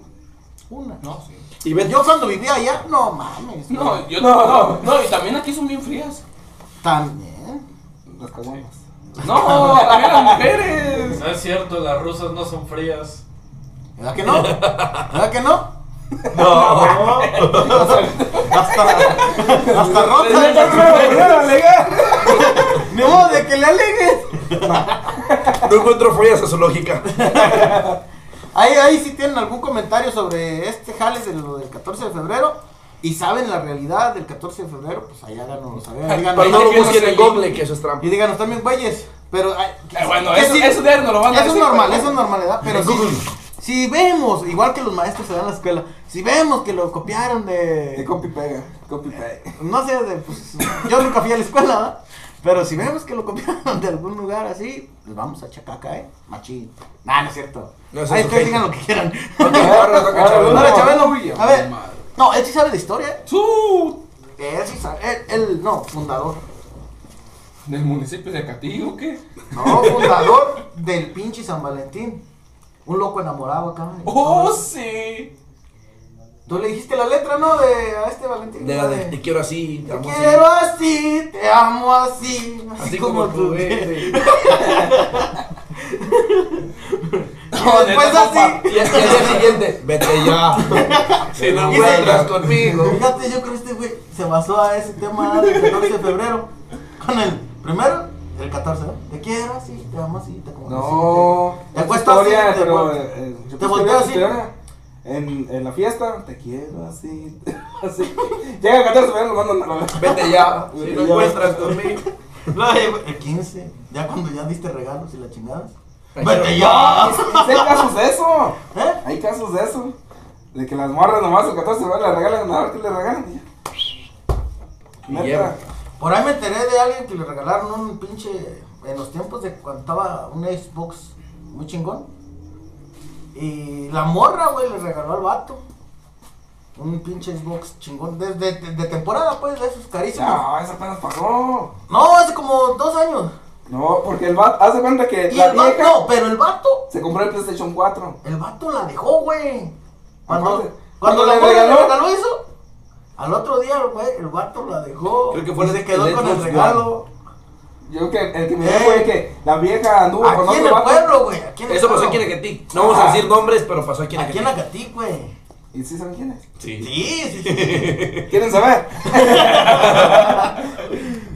[SPEAKER 2] Una. No, sí.
[SPEAKER 3] Y ves,
[SPEAKER 2] Yo cuando vivía allá, no mames.
[SPEAKER 4] No, yo
[SPEAKER 1] No,
[SPEAKER 4] no,
[SPEAKER 1] no.
[SPEAKER 4] no, y también aquí son bien frías.
[SPEAKER 2] También.
[SPEAKER 1] Las caguamas.
[SPEAKER 4] No, también las mujeres.
[SPEAKER 5] No es cierto, las rusas no son frías.
[SPEAKER 2] ¿Verdad que no? ¿Verdad que no?
[SPEAKER 6] No.
[SPEAKER 2] Hasta, hasta rosa.
[SPEAKER 1] Pero
[SPEAKER 2] Ni modo de que le alegues.
[SPEAKER 3] no encuentro follas a su lógica.
[SPEAKER 2] Ahí, ahí si tienen algún comentario sobre este jales de lo del 14 de febrero y saben la realidad del 14 de febrero, pues allá háganos saber. díganos-
[SPEAKER 3] Pero no lo
[SPEAKER 4] que no
[SPEAKER 3] busquen
[SPEAKER 4] se
[SPEAKER 3] en
[SPEAKER 4] ligue.
[SPEAKER 3] Google, que eso es trampa.
[SPEAKER 2] Y díganos también, güeyes. Pero ay,
[SPEAKER 4] Eh, bueno,
[SPEAKER 2] que
[SPEAKER 4] eso,
[SPEAKER 2] sí,
[SPEAKER 4] eso de ahí no lo van a
[SPEAKER 2] eso es
[SPEAKER 4] decir,
[SPEAKER 2] normal,
[SPEAKER 4] pero-
[SPEAKER 2] eso es normalidad. Pero
[SPEAKER 3] Google.
[SPEAKER 2] si, si vemos, igual que los maestros se dan la escuela, si vemos que lo copiaron de.
[SPEAKER 1] copy pega, copy pega.
[SPEAKER 2] No sé, de, pues, yo nunca fui a la escuela, ¿verdad? Pero si vemos que lo copiaron de algún lugar así, pues vamos a chacaca, ¿eh? Machín. Nah, no es cierto.
[SPEAKER 3] No, eso
[SPEAKER 2] Ahí
[SPEAKER 3] es
[SPEAKER 2] ustedes
[SPEAKER 3] ok.
[SPEAKER 2] digan lo que quieran.
[SPEAKER 3] Ahora toca Chabelo.
[SPEAKER 2] Dale, Chabelo.
[SPEAKER 4] Uy,
[SPEAKER 2] A ver.
[SPEAKER 4] madre.
[SPEAKER 2] No, él sí sabe de historia.
[SPEAKER 4] Su
[SPEAKER 2] Él sí sabe. Él, él no, fundador.
[SPEAKER 4] del municipio de Catillo, ¿qué?
[SPEAKER 2] No, fundador del pinche San Valentín. Un loco enamorado acá.
[SPEAKER 4] Oh, sí.
[SPEAKER 2] Tú le dijiste la letra, ¿no? De a este Valentín.
[SPEAKER 3] De la de
[SPEAKER 2] Te
[SPEAKER 3] te quiero así, te amo así.
[SPEAKER 2] quiero así, te amo así. Así,
[SPEAKER 3] Así
[SPEAKER 2] como, tú.
[SPEAKER 3] eres.
[SPEAKER 2] eres.
[SPEAKER 4] No,
[SPEAKER 2] Después
[SPEAKER 4] neta,
[SPEAKER 2] así.
[SPEAKER 3] Y es que al día siguiente, vete ya. si no
[SPEAKER 2] Y se-
[SPEAKER 3] vuelvas conmigo.
[SPEAKER 2] Fíjate, yo creo que este güey se basó a ese tema del 14 de febrero. Con el primero, el 14, ¿no? Te quiero así, te amo así, te como
[SPEAKER 1] No,
[SPEAKER 2] Te
[SPEAKER 1] es tu
[SPEAKER 2] acuestas así,
[SPEAKER 1] historia,
[SPEAKER 2] te
[SPEAKER 1] pero
[SPEAKER 2] volteas.
[SPEAKER 1] eh, yo
[SPEAKER 2] Te
[SPEAKER 1] pensé
[SPEAKER 2] volteas
[SPEAKER 1] que era
[SPEAKER 2] así.
[SPEAKER 1] tu historia. En, en la fiesta, te quiero así. así. Llega el 14 de febrero, lo mandan a la
[SPEAKER 3] Vete ya. Si no
[SPEAKER 1] Ya. eh.
[SPEAKER 3] encuentras conmigo.
[SPEAKER 2] No, ya fue el 15, ya cuando ya diste regalos y la chingada. ¡Batallón!
[SPEAKER 1] Sí hay casos de eso.
[SPEAKER 2] ¿Eh?
[SPEAKER 1] Hay casos de eso. De que las morras nomás el 14 van, le regalan nada, que le regalan. y
[SPEAKER 3] Y
[SPEAKER 1] ya.
[SPEAKER 3] lleva.
[SPEAKER 1] Neta.
[SPEAKER 2] Por ahí me enteré de alguien que le regalaron un pinche. En los tiempos de cuando estaba un Xbox muy chingón. Y la morra, güey, le regaló al vato. Un pinche Xbox chingón. De, de, de- de temporada, pues, de esos carísimos.
[SPEAKER 1] No, eso apenas pasó.
[SPEAKER 2] No, hace como dos años.
[SPEAKER 1] No, porque el vato, haz de cuenta que
[SPEAKER 2] Y
[SPEAKER 1] la
[SPEAKER 2] el vato,
[SPEAKER 1] vieja
[SPEAKER 2] no, pero el vato,
[SPEAKER 1] se compró el PlayStation 4.
[SPEAKER 2] el vato la dejó, güey. Cuando,
[SPEAKER 1] Aparte,
[SPEAKER 2] cuando
[SPEAKER 1] cuando
[SPEAKER 2] la
[SPEAKER 1] le
[SPEAKER 2] morra le
[SPEAKER 1] regaló.
[SPEAKER 2] regaló eso, al otro día, güey, el vato la dejó.
[SPEAKER 3] Creo que fue
[SPEAKER 2] y
[SPEAKER 3] el-
[SPEAKER 2] se quedó
[SPEAKER 3] el
[SPEAKER 2] con el
[SPEAKER 3] Xbox
[SPEAKER 2] regalo.
[SPEAKER 1] Yo que el que me
[SPEAKER 2] Eh.
[SPEAKER 1] dio fue que la vieja anduvo con
[SPEAKER 2] Aquí en
[SPEAKER 1] otro
[SPEAKER 2] el
[SPEAKER 1] vato.
[SPEAKER 2] pueblo, güey. Aquí en el
[SPEAKER 3] Eso pues, pasó
[SPEAKER 2] pueblo.
[SPEAKER 3] aquí en Acatí. No vamos a decir nombres, pero pasó aquí en
[SPEAKER 2] Aquí
[SPEAKER 3] Acatí.
[SPEAKER 2] en Acatí, güey.
[SPEAKER 1] ¿Y sí saben quién es?
[SPEAKER 3] Sí.
[SPEAKER 2] Sí, sí, sí.
[SPEAKER 1] ¿Quieren saber?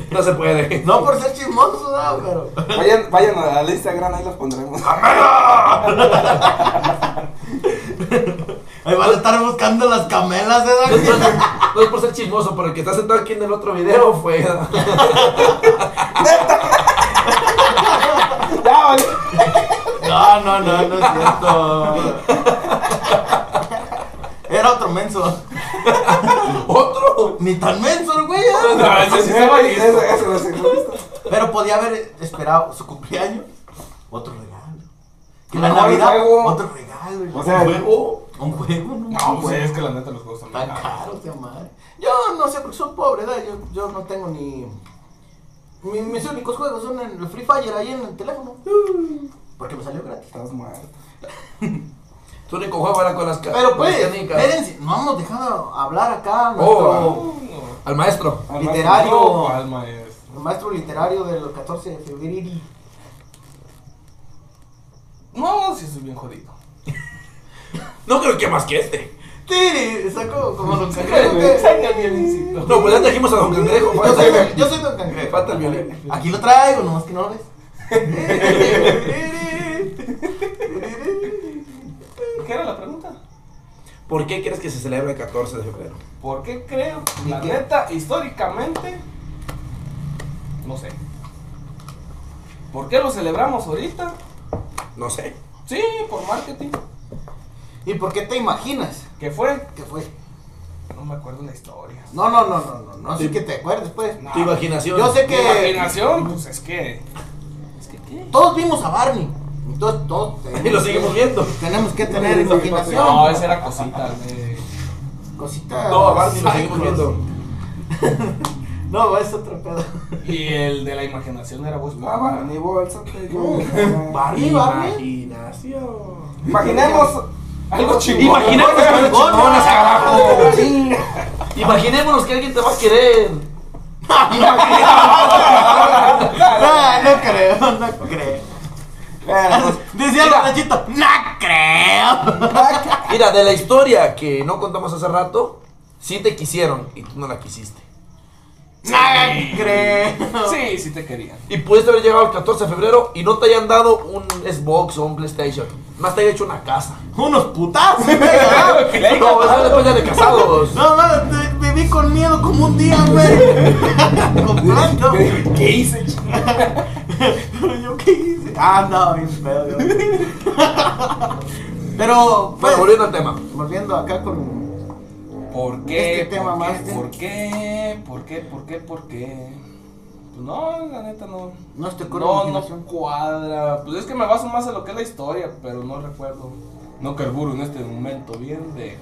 [SPEAKER 3] No se puede.
[SPEAKER 2] No por ser chismoso, ¿no? pero.
[SPEAKER 1] Vayan, vayan al Instagram, ahí los pondremos.
[SPEAKER 3] Ah,
[SPEAKER 2] Ahí van a estar buscando las camelas,
[SPEAKER 3] No es, por
[SPEAKER 2] ¿eh?
[SPEAKER 3] ser, no es Pues, por ser chismoso, pero el que está sentado aquí en el otro video fue.
[SPEAKER 1] ya, vale.
[SPEAKER 2] No, no, no, no es cierto. Era otro menso.
[SPEAKER 3] ¡Otro!
[SPEAKER 2] Ni tan menso, el güey. ¿eh?
[SPEAKER 3] No, ese pues, sí
[SPEAKER 1] Ese-
[SPEAKER 3] estaba
[SPEAKER 1] ese-
[SPEAKER 3] listo.
[SPEAKER 1] ese lo sé.
[SPEAKER 2] Pero podía haber esperado su cumpleaños. Otro regalo. Que la
[SPEAKER 1] No,
[SPEAKER 2] Navidad.
[SPEAKER 1] un juego.
[SPEAKER 2] Otro regalo.
[SPEAKER 1] O sea,
[SPEAKER 3] Luego,
[SPEAKER 2] un juego, ¿no?
[SPEAKER 6] No, pues es que la neta los juegos son
[SPEAKER 2] Tan
[SPEAKER 6] caros.
[SPEAKER 2] caro, tío madre. Yo no sé, porque soy pobre, ¿verdad? Yo, yo no tengo ni. mi- mis únicos juegos son en el Free Fire ahí en el teléfono. Porque me salió gratis.
[SPEAKER 1] estás muerto.
[SPEAKER 3] tu único juego era con las ca-
[SPEAKER 2] Pero pues,
[SPEAKER 3] con las canicas.
[SPEAKER 2] espérense, no hemos dejado hablar acá a
[SPEAKER 3] Oh,
[SPEAKER 2] nuestro
[SPEAKER 3] Al maestro.
[SPEAKER 1] Literal.
[SPEAKER 2] literario,
[SPEAKER 6] No, Palma es.
[SPEAKER 2] el maestro literario del 14 de febrero.
[SPEAKER 4] No, sí, soy bien jodido.
[SPEAKER 3] No creo que más que este.
[SPEAKER 2] Tiri, sacó como los cangrejos.
[SPEAKER 4] Sácame,
[SPEAKER 2] que-
[SPEAKER 4] sácame el incito.
[SPEAKER 3] No, pues ya trajimos a Don Cangrejo. pues.
[SPEAKER 2] Yo soy,
[SPEAKER 3] falta-
[SPEAKER 2] yo soy don cangrejo.
[SPEAKER 3] Falta el violín.
[SPEAKER 2] Aquí lo traigo, nomás que no lo ves.
[SPEAKER 4] ¿Qué era la pregunta?
[SPEAKER 3] ¿Por qué crees que se celebra el 14 de febrero?
[SPEAKER 4] ¿Por qué creo?
[SPEAKER 2] ¿Y
[SPEAKER 4] La
[SPEAKER 2] qué?
[SPEAKER 4] neta, históricamente, no sé. ¿Por qué lo celebramos ahorita?
[SPEAKER 3] No sé.
[SPEAKER 4] Sí, por marketing.
[SPEAKER 2] ¿Y por qué te imaginas
[SPEAKER 4] ¿Qué fue?
[SPEAKER 2] que fue?
[SPEAKER 4] No me acuerdo la historia.
[SPEAKER 2] No, no, no, no, no, no sé que te acuerdes, pues.
[SPEAKER 4] No.
[SPEAKER 3] Tu imaginación.
[SPEAKER 2] Yo sé
[SPEAKER 4] Mi
[SPEAKER 2] que
[SPEAKER 4] imaginación, pues es que. Es que qué.
[SPEAKER 2] todos vimos a Barney. Entonces todos tenemos
[SPEAKER 3] Y lo seguimos
[SPEAKER 2] que-
[SPEAKER 3] viendo.
[SPEAKER 2] Tenemos que tener imaginación.
[SPEAKER 4] No, esa era cosita, güey.
[SPEAKER 2] Cosita.
[SPEAKER 3] No, a Barney lo seguimos viendo.
[SPEAKER 2] No, es otro pedo.
[SPEAKER 4] Y el de la imaginación era vos.
[SPEAKER 1] Ah, va, ni bolsa. te digo.
[SPEAKER 2] Barney, Barney.
[SPEAKER 3] Imaginación.
[SPEAKER 1] Imaginemos
[SPEAKER 4] Algo chingón.
[SPEAKER 3] Imaginemos que eres chingona, carajo.
[SPEAKER 1] Sí.
[SPEAKER 3] Imaginémonos que alguien te va a querer.
[SPEAKER 2] No, no creo, no creo.
[SPEAKER 1] Bueno,
[SPEAKER 2] Decía el borrachito, no creo.
[SPEAKER 3] Mira, de la historia que no contamos hace rato, sí te quisieron y tú no la quisiste.
[SPEAKER 2] No creo.
[SPEAKER 4] Sí, sí te querían.
[SPEAKER 3] Y pudiste haber llegado el 14 de febrero y no te hayan dado un Xbox o un PlayStation. Más te hayan hecho una casa.
[SPEAKER 2] Unos putazos. ¿verdad?
[SPEAKER 3] No, eso después ya de casados.
[SPEAKER 2] No, no, te- viví con miedo como un día, güey. Con blanco.
[SPEAKER 1] ¿Qué hice? chico?
[SPEAKER 2] Pero yo qué hice. Ah, andaba bien pedo. yo. Pero, pues,
[SPEAKER 3] Bueno, volviendo al tema.
[SPEAKER 2] volviendo acá con.
[SPEAKER 4] ¿Por qué?
[SPEAKER 2] Este tema
[SPEAKER 4] ¿Por
[SPEAKER 2] más
[SPEAKER 4] qué?
[SPEAKER 2] de-
[SPEAKER 4] ¿Por qué? ¿Por qué? ¿Por qué? ¿Por qué? Pues no, la neta no.
[SPEAKER 2] No estoy con
[SPEAKER 4] No,
[SPEAKER 2] imaginación.
[SPEAKER 4] no cuadra. Pues es que me baso más en lo que es la historia, pero no recuerdo. No carburo en este momento bien de.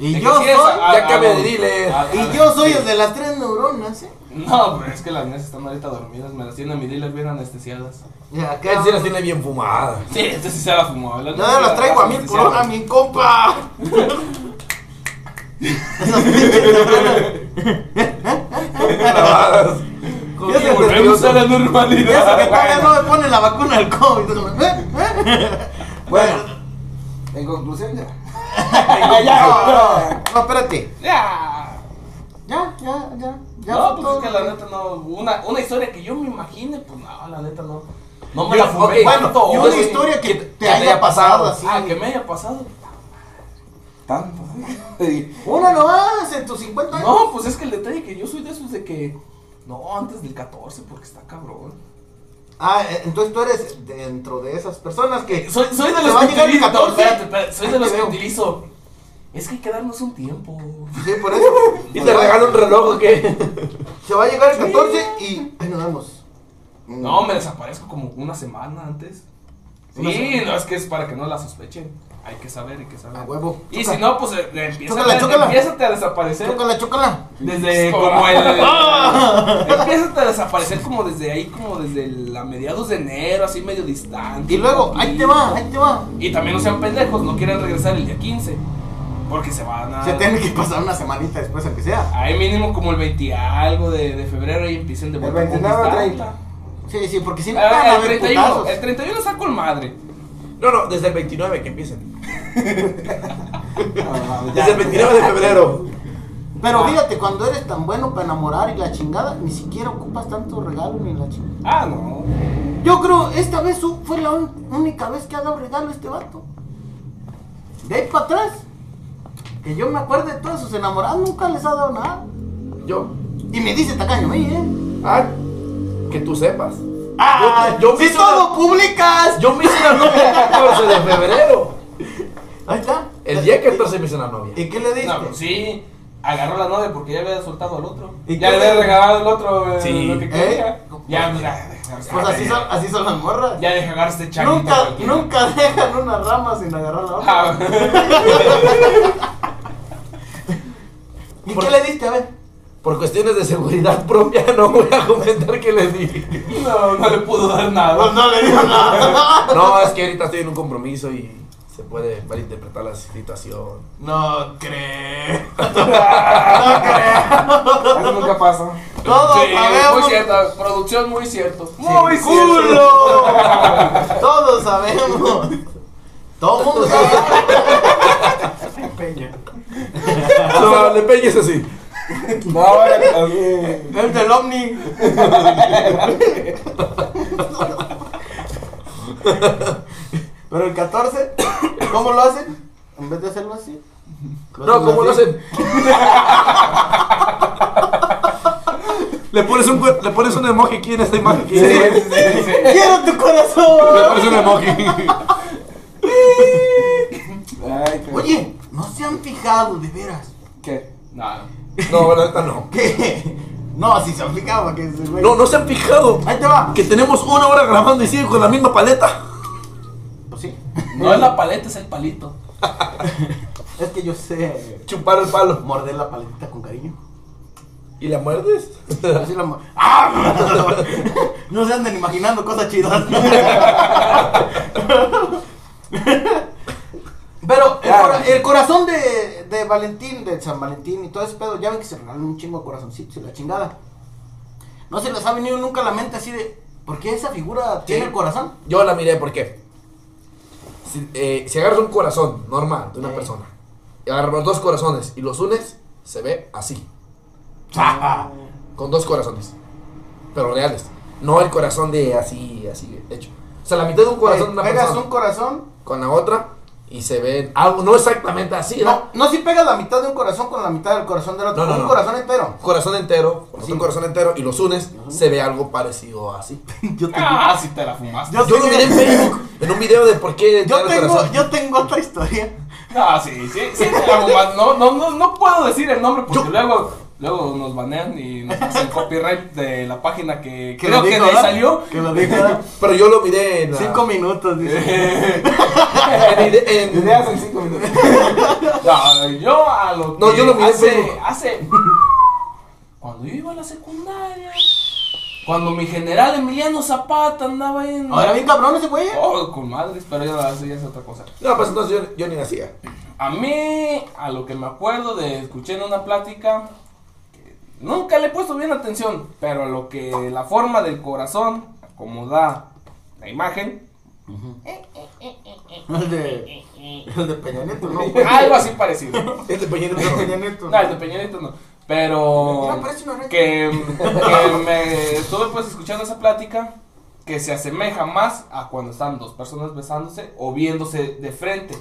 [SPEAKER 2] Y
[SPEAKER 4] de
[SPEAKER 2] yo
[SPEAKER 4] que sí,
[SPEAKER 2] soy.
[SPEAKER 4] a- a-
[SPEAKER 3] ya cambia
[SPEAKER 4] a-
[SPEAKER 3] de dealer.
[SPEAKER 4] a- a-
[SPEAKER 2] Y yo soy el de las tres neuronas, ¿eh?
[SPEAKER 4] No, pero es que las mías están ahorita dormidas. Me las tienen a mi dealer bien anestesiadas.
[SPEAKER 2] Y acá-
[SPEAKER 3] Él sí las tiene bien fumadas.
[SPEAKER 4] Sí, este sí se la fumó.
[SPEAKER 2] Yo no las traigo a mí por hora, mi compa. Esas pinches
[SPEAKER 3] Clavadas.
[SPEAKER 2] Yo soy
[SPEAKER 4] Volvemos
[SPEAKER 3] Volvemos
[SPEAKER 2] nervioso.
[SPEAKER 4] a la
[SPEAKER 2] Y eso que
[SPEAKER 4] normalidad.
[SPEAKER 2] todavía no me pone la vacuna del COVID. ¿eh? ¿eh?
[SPEAKER 1] Bueno, en conclusión ya.
[SPEAKER 2] Ya,
[SPEAKER 1] ya.
[SPEAKER 2] No, espérate.
[SPEAKER 4] Ya.
[SPEAKER 2] Ya, ya, ya. ya
[SPEAKER 4] No,
[SPEAKER 2] fue
[SPEAKER 4] pues
[SPEAKER 2] todo.
[SPEAKER 4] es que la neta no. Una, una historia que yo me imagine, pues no, la neta no. No
[SPEAKER 3] Yo- ok,
[SPEAKER 2] Bueno,
[SPEAKER 4] tanto,
[SPEAKER 2] y una
[SPEAKER 4] güey.
[SPEAKER 2] historia que
[SPEAKER 3] que-
[SPEAKER 2] te,
[SPEAKER 3] que te
[SPEAKER 2] haya
[SPEAKER 3] haya
[SPEAKER 2] pasado
[SPEAKER 3] pasado.
[SPEAKER 4] Ah,
[SPEAKER 2] así.
[SPEAKER 4] que me haya pasado.
[SPEAKER 1] Tanto. Sí.
[SPEAKER 2] Una nomás en tus 50 años.
[SPEAKER 4] No, pues es que el detalle que yo soy de esos de que. No, antes del 14, porque está cabrón.
[SPEAKER 2] Ah, eh, entonces tú eres dentro de esas personas que.
[SPEAKER 4] Eh, Soy, soy de
[SPEAKER 2] ¿Te
[SPEAKER 4] los
[SPEAKER 2] va a
[SPEAKER 4] que
[SPEAKER 2] llegar el
[SPEAKER 4] utilizo. no,
[SPEAKER 2] 14?
[SPEAKER 4] espérate, espérate, soy de los
[SPEAKER 2] Te
[SPEAKER 4] que
[SPEAKER 2] veo. Mm.
[SPEAKER 4] utilizo. Es que hay que darnos un tiempo.
[SPEAKER 2] Sí, por eso.
[SPEAKER 3] Y te regalo un reloj que.
[SPEAKER 2] Se va a llegar el 14 y. Ahí nos Mm. vemos.
[SPEAKER 4] No, me desaparezco como una semana antes.
[SPEAKER 2] Una
[SPEAKER 4] Sí, no, es que es para que no la sospechen. Hay que saber, hay que saber.
[SPEAKER 2] A huevo.
[SPEAKER 4] Y
[SPEAKER 2] Choca.
[SPEAKER 4] si no, eh. pues eh, empieza
[SPEAKER 2] Ah, Chócala, chócala.
[SPEAKER 4] empiézate a desaparecer.
[SPEAKER 2] Chócala, chócala. Pues,
[SPEAKER 4] Desde
[SPEAKER 6] Chócala.
[SPEAKER 4] como el.
[SPEAKER 2] Ah.
[SPEAKER 4] empiezas a desaparecer como desde ahí, como desde el- a mediados de enero, así medio distante.
[SPEAKER 2] Y luego, ahí te va, ahí te va.
[SPEAKER 4] Y también no sean pendejos, no quieran regresar el día 15. Porque se van a.
[SPEAKER 2] Se tiene que pasar una semanita después, aunque sea.
[SPEAKER 4] Ahí mínimo como el 20 algo de, de febrero y empiecen de
[SPEAKER 1] El
[SPEAKER 4] vuelta a
[SPEAKER 1] 29 o
[SPEAKER 4] conquistar.
[SPEAKER 1] 30.
[SPEAKER 2] Sí, sí, porque si no, van a
[SPEAKER 4] Ah, el
[SPEAKER 2] haber
[SPEAKER 4] 31.
[SPEAKER 2] putazos.
[SPEAKER 4] El 31 está con madre.
[SPEAKER 3] No, no, desde el 29 que empiecen.
[SPEAKER 2] Ah, ya.
[SPEAKER 3] Desde el 29 de febrero.
[SPEAKER 2] Pero fíjate, cuando eres tan bueno para enamorar y la chingada, ni siquiera ocupas tanto regalo ni la chingada.
[SPEAKER 4] Ah, no.
[SPEAKER 2] Yo creo, esta vez su- fue la un- única vez que ha dado regalo este vato. De ahí para atrás. Que yo me acuerdo de todos sus enamorados, nunca les ha dado nada.
[SPEAKER 3] Yo.
[SPEAKER 2] Y me dice tacaño, a mí, ¿eh?
[SPEAKER 3] Ah, que tú sepas.
[SPEAKER 2] Ah,
[SPEAKER 3] yo me
[SPEAKER 2] si
[SPEAKER 3] hice
[SPEAKER 2] todo
[SPEAKER 3] una-
[SPEAKER 2] publicas.
[SPEAKER 3] Yo me hice una novia el 14 de febrero.
[SPEAKER 2] Ahí está.
[SPEAKER 3] El día 14 me hice una novia.
[SPEAKER 2] ¿Y qué le diste?
[SPEAKER 4] No, pues sí. Agarró la novia porque ya había soltado al otro.
[SPEAKER 2] ¿Y
[SPEAKER 4] ya
[SPEAKER 2] qué
[SPEAKER 4] le había
[SPEAKER 2] le-
[SPEAKER 4] regalado al otro eh,
[SPEAKER 3] Sí.
[SPEAKER 4] lo que
[SPEAKER 2] ¿Eh?
[SPEAKER 4] quería. Ya,
[SPEAKER 2] Pues
[SPEAKER 4] mira.
[SPEAKER 2] Pues así son, así son las morras.
[SPEAKER 4] Ya deja agarrar este chanito.
[SPEAKER 2] Nunca,
[SPEAKER 4] cualquiera.
[SPEAKER 2] nunca dejan una rama sin agarrar la otra.
[SPEAKER 4] Ah,
[SPEAKER 2] ¿Y
[SPEAKER 3] por-
[SPEAKER 2] qué le diste? A ver.
[SPEAKER 3] Por cuestiones de seguridad propia no voy a comentar que le di.
[SPEAKER 4] no, no le pudo dar
[SPEAKER 2] Pues
[SPEAKER 4] nada.
[SPEAKER 2] no le dio nada.
[SPEAKER 3] No, es que ahorita estoy en un compromiso y se puede malinterpretar la situación.
[SPEAKER 2] No creo.
[SPEAKER 1] Eso nunca pasa.
[SPEAKER 2] Todos
[SPEAKER 4] Sí, muy
[SPEAKER 2] sabemos.
[SPEAKER 4] cierto. Producción muy cierto.
[SPEAKER 2] ¡Muy culo! Todos sabemos. Todo el mundo sabe.
[SPEAKER 3] No, le pegues así.
[SPEAKER 1] No, era así.
[SPEAKER 2] El del Omni. Pero el 14, ¿cómo lo hacen? En vez de hacerlo así.
[SPEAKER 3] No, ¿cómo lo
[SPEAKER 2] así.
[SPEAKER 3] hacen? Le pones un cuer- le pones un emoji aquí en esta imagen. aquí.
[SPEAKER 2] ¡Quiero tu corazón!
[SPEAKER 3] Le pones un emoji.
[SPEAKER 1] Ay, qué-
[SPEAKER 2] Oye, ¿no se han fijado de veras?
[SPEAKER 1] ¿Qué?
[SPEAKER 4] Nada.
[SPEAKER 3] No, la neta no.
[SPEAKER 2] ¿Qué? No, si se han fijado, que se güey.
[SPEAKER 3] No, no se han fijado
[SPEAKER 2] Ahí te va.
[SPEAKER 3] que tenemos una hora grabando y siguen con la misma paleta.
[SPEAKER 2] Pues sí.
[SPEAKER 4] No es la paleta, es el palito.
[SPEAKER 2] Es que yo sé eh,
[SPEAKER 3] Chupar el palo.
[SPEAKER 2] morder la paletita con cariño.
[SPEAKER 3] ¿Y la muerdes?
[SPEAKER 2] Yo sí la mor- ¡Ah! No se anden imaginando cosas chidas. Pero el, cora- el corazón de, de Valentín, de San Valentín y todo ese pedo, ya ven que se regalan un chingo de corazoncitos y la chingada. No se les ha venido nunca a la mente así de, ¿por qué esa figura tiene el corazón?
[SPEAKER 3] Yo la miré porque si, eh, si agarras un corazón normal de una
[SPEAKER 2] Sí.
[SPEAKER 3] persona y agarras los dos corazones y los unes, se ve así,
[SPEAKER 2] Ah.
[SPEAKER 3] con dos corazones, pero reales, no el corazón de así, así hecho. O sea, la mitad de un corazón de una
[SPEAKER 2] Eh, pegas
[SPEAKER 3] persona
[SPEAKER 2] un corazón
[SPEAKER 3] con la otra y se ve algo, no exactamente así,
[SPEAKER 2] No,
[SPEAKER 3] ¿no?
[SPEAKER 2] no si pegas la mitad de un corazón con la mitad del corazón del otro,
[SPEAKER 3] No, no,
[SPEAKER 2] un
[SPEAKER 3] no.
[SPEAKER 2] corazón entero.
[SPEAKER 3] Corazón entero, con
[SPEAKER 2] Sí.
[SPEAKER 3] otro corazón entero y los unes, se ve algo parecido así.
[SPEAKER 2] Yo tengo,
[SPEAKER 4] Ah, si te la fumaste.
[SPEAKER 2] Yo
[SPEAKER 3] Yo lo vi en Facebook, en un video de por qué
[SPEAKER 2] yo
[SPEAKER 3] entrar el
[SPEAKER 2] tengo,
[SPEAKER 3] corazón.
[SPEAKER 2] yo tengo otra historia.
[SPEAKER 4] Ah, sí, sí, sí te la fumaste. No, no, no, no puedo decir el nombre porque
[SPEAKER 3] Yo-
[SPEAKER 4] luego, luego nos banean y nos hacen copyright de la página que creo
[SPEAKER 2] lo
[SPEAKER 4] que
[SPEAKER 2] dijo,
[SPEAKER 4] le
[SPEAKER 2] ¿verdad?
[SPEAKER 4] salió.
[SPEAKER 2] Que lo dijo. ¿verdad?
[SPEAKER 3] Pero yo lo miré en la-
[SPEAKER 2] Cinco minutos, dice.
[SPEAKER 3] en ide- en-
[SPEAKER 1] Ideas en cinco minutos.
[SPEAKER 4] No, yo a lo
[SPEAKER 3] No,
[SPEAKER 4] que
[SPEAKER 3] yo lo miré en
[SPEAKER 4] hace,
[SPEAKER 3] Facebook.
[SPEAKER 4] hace. Cuando yo iba a la secundaria. Cuando mi general Emiliano Zapata andaba ahí en.
[SPEAKER 2] Ahora bien cabrón ese güey.
[SPEAKER 4] Oh, con madres, pero ya, eso ya es otra cosa.
[SPEAKER 3] No, pues entonces yo, yo ni nacía.
[SPEAKER 4] A mí, a lo que me acuerdo de escuché en una plática, que nunca le he puesto bien atención, pero a lo que la forma del corazón, como da la imagen,
[SPEAKER 2] El de, el de Peña Nieto, ¿no?
[SPEAKER 4] algo así parecido. No,
[SPEAKER 3] Este pequeñito
[SPEAKER 2] El de
[SPEAKER 3] no.
[SPEAKER 2] Peña Nieto.
[SPEAKER 4] el de Peñanito no. Pero
[SPEAKER 2] Mira, parece una red.
[SPEAKER 4] que, que me estuve pues escuchando esa plática que se asemeja más a cuando están dos personas besándose o viéndose de frente.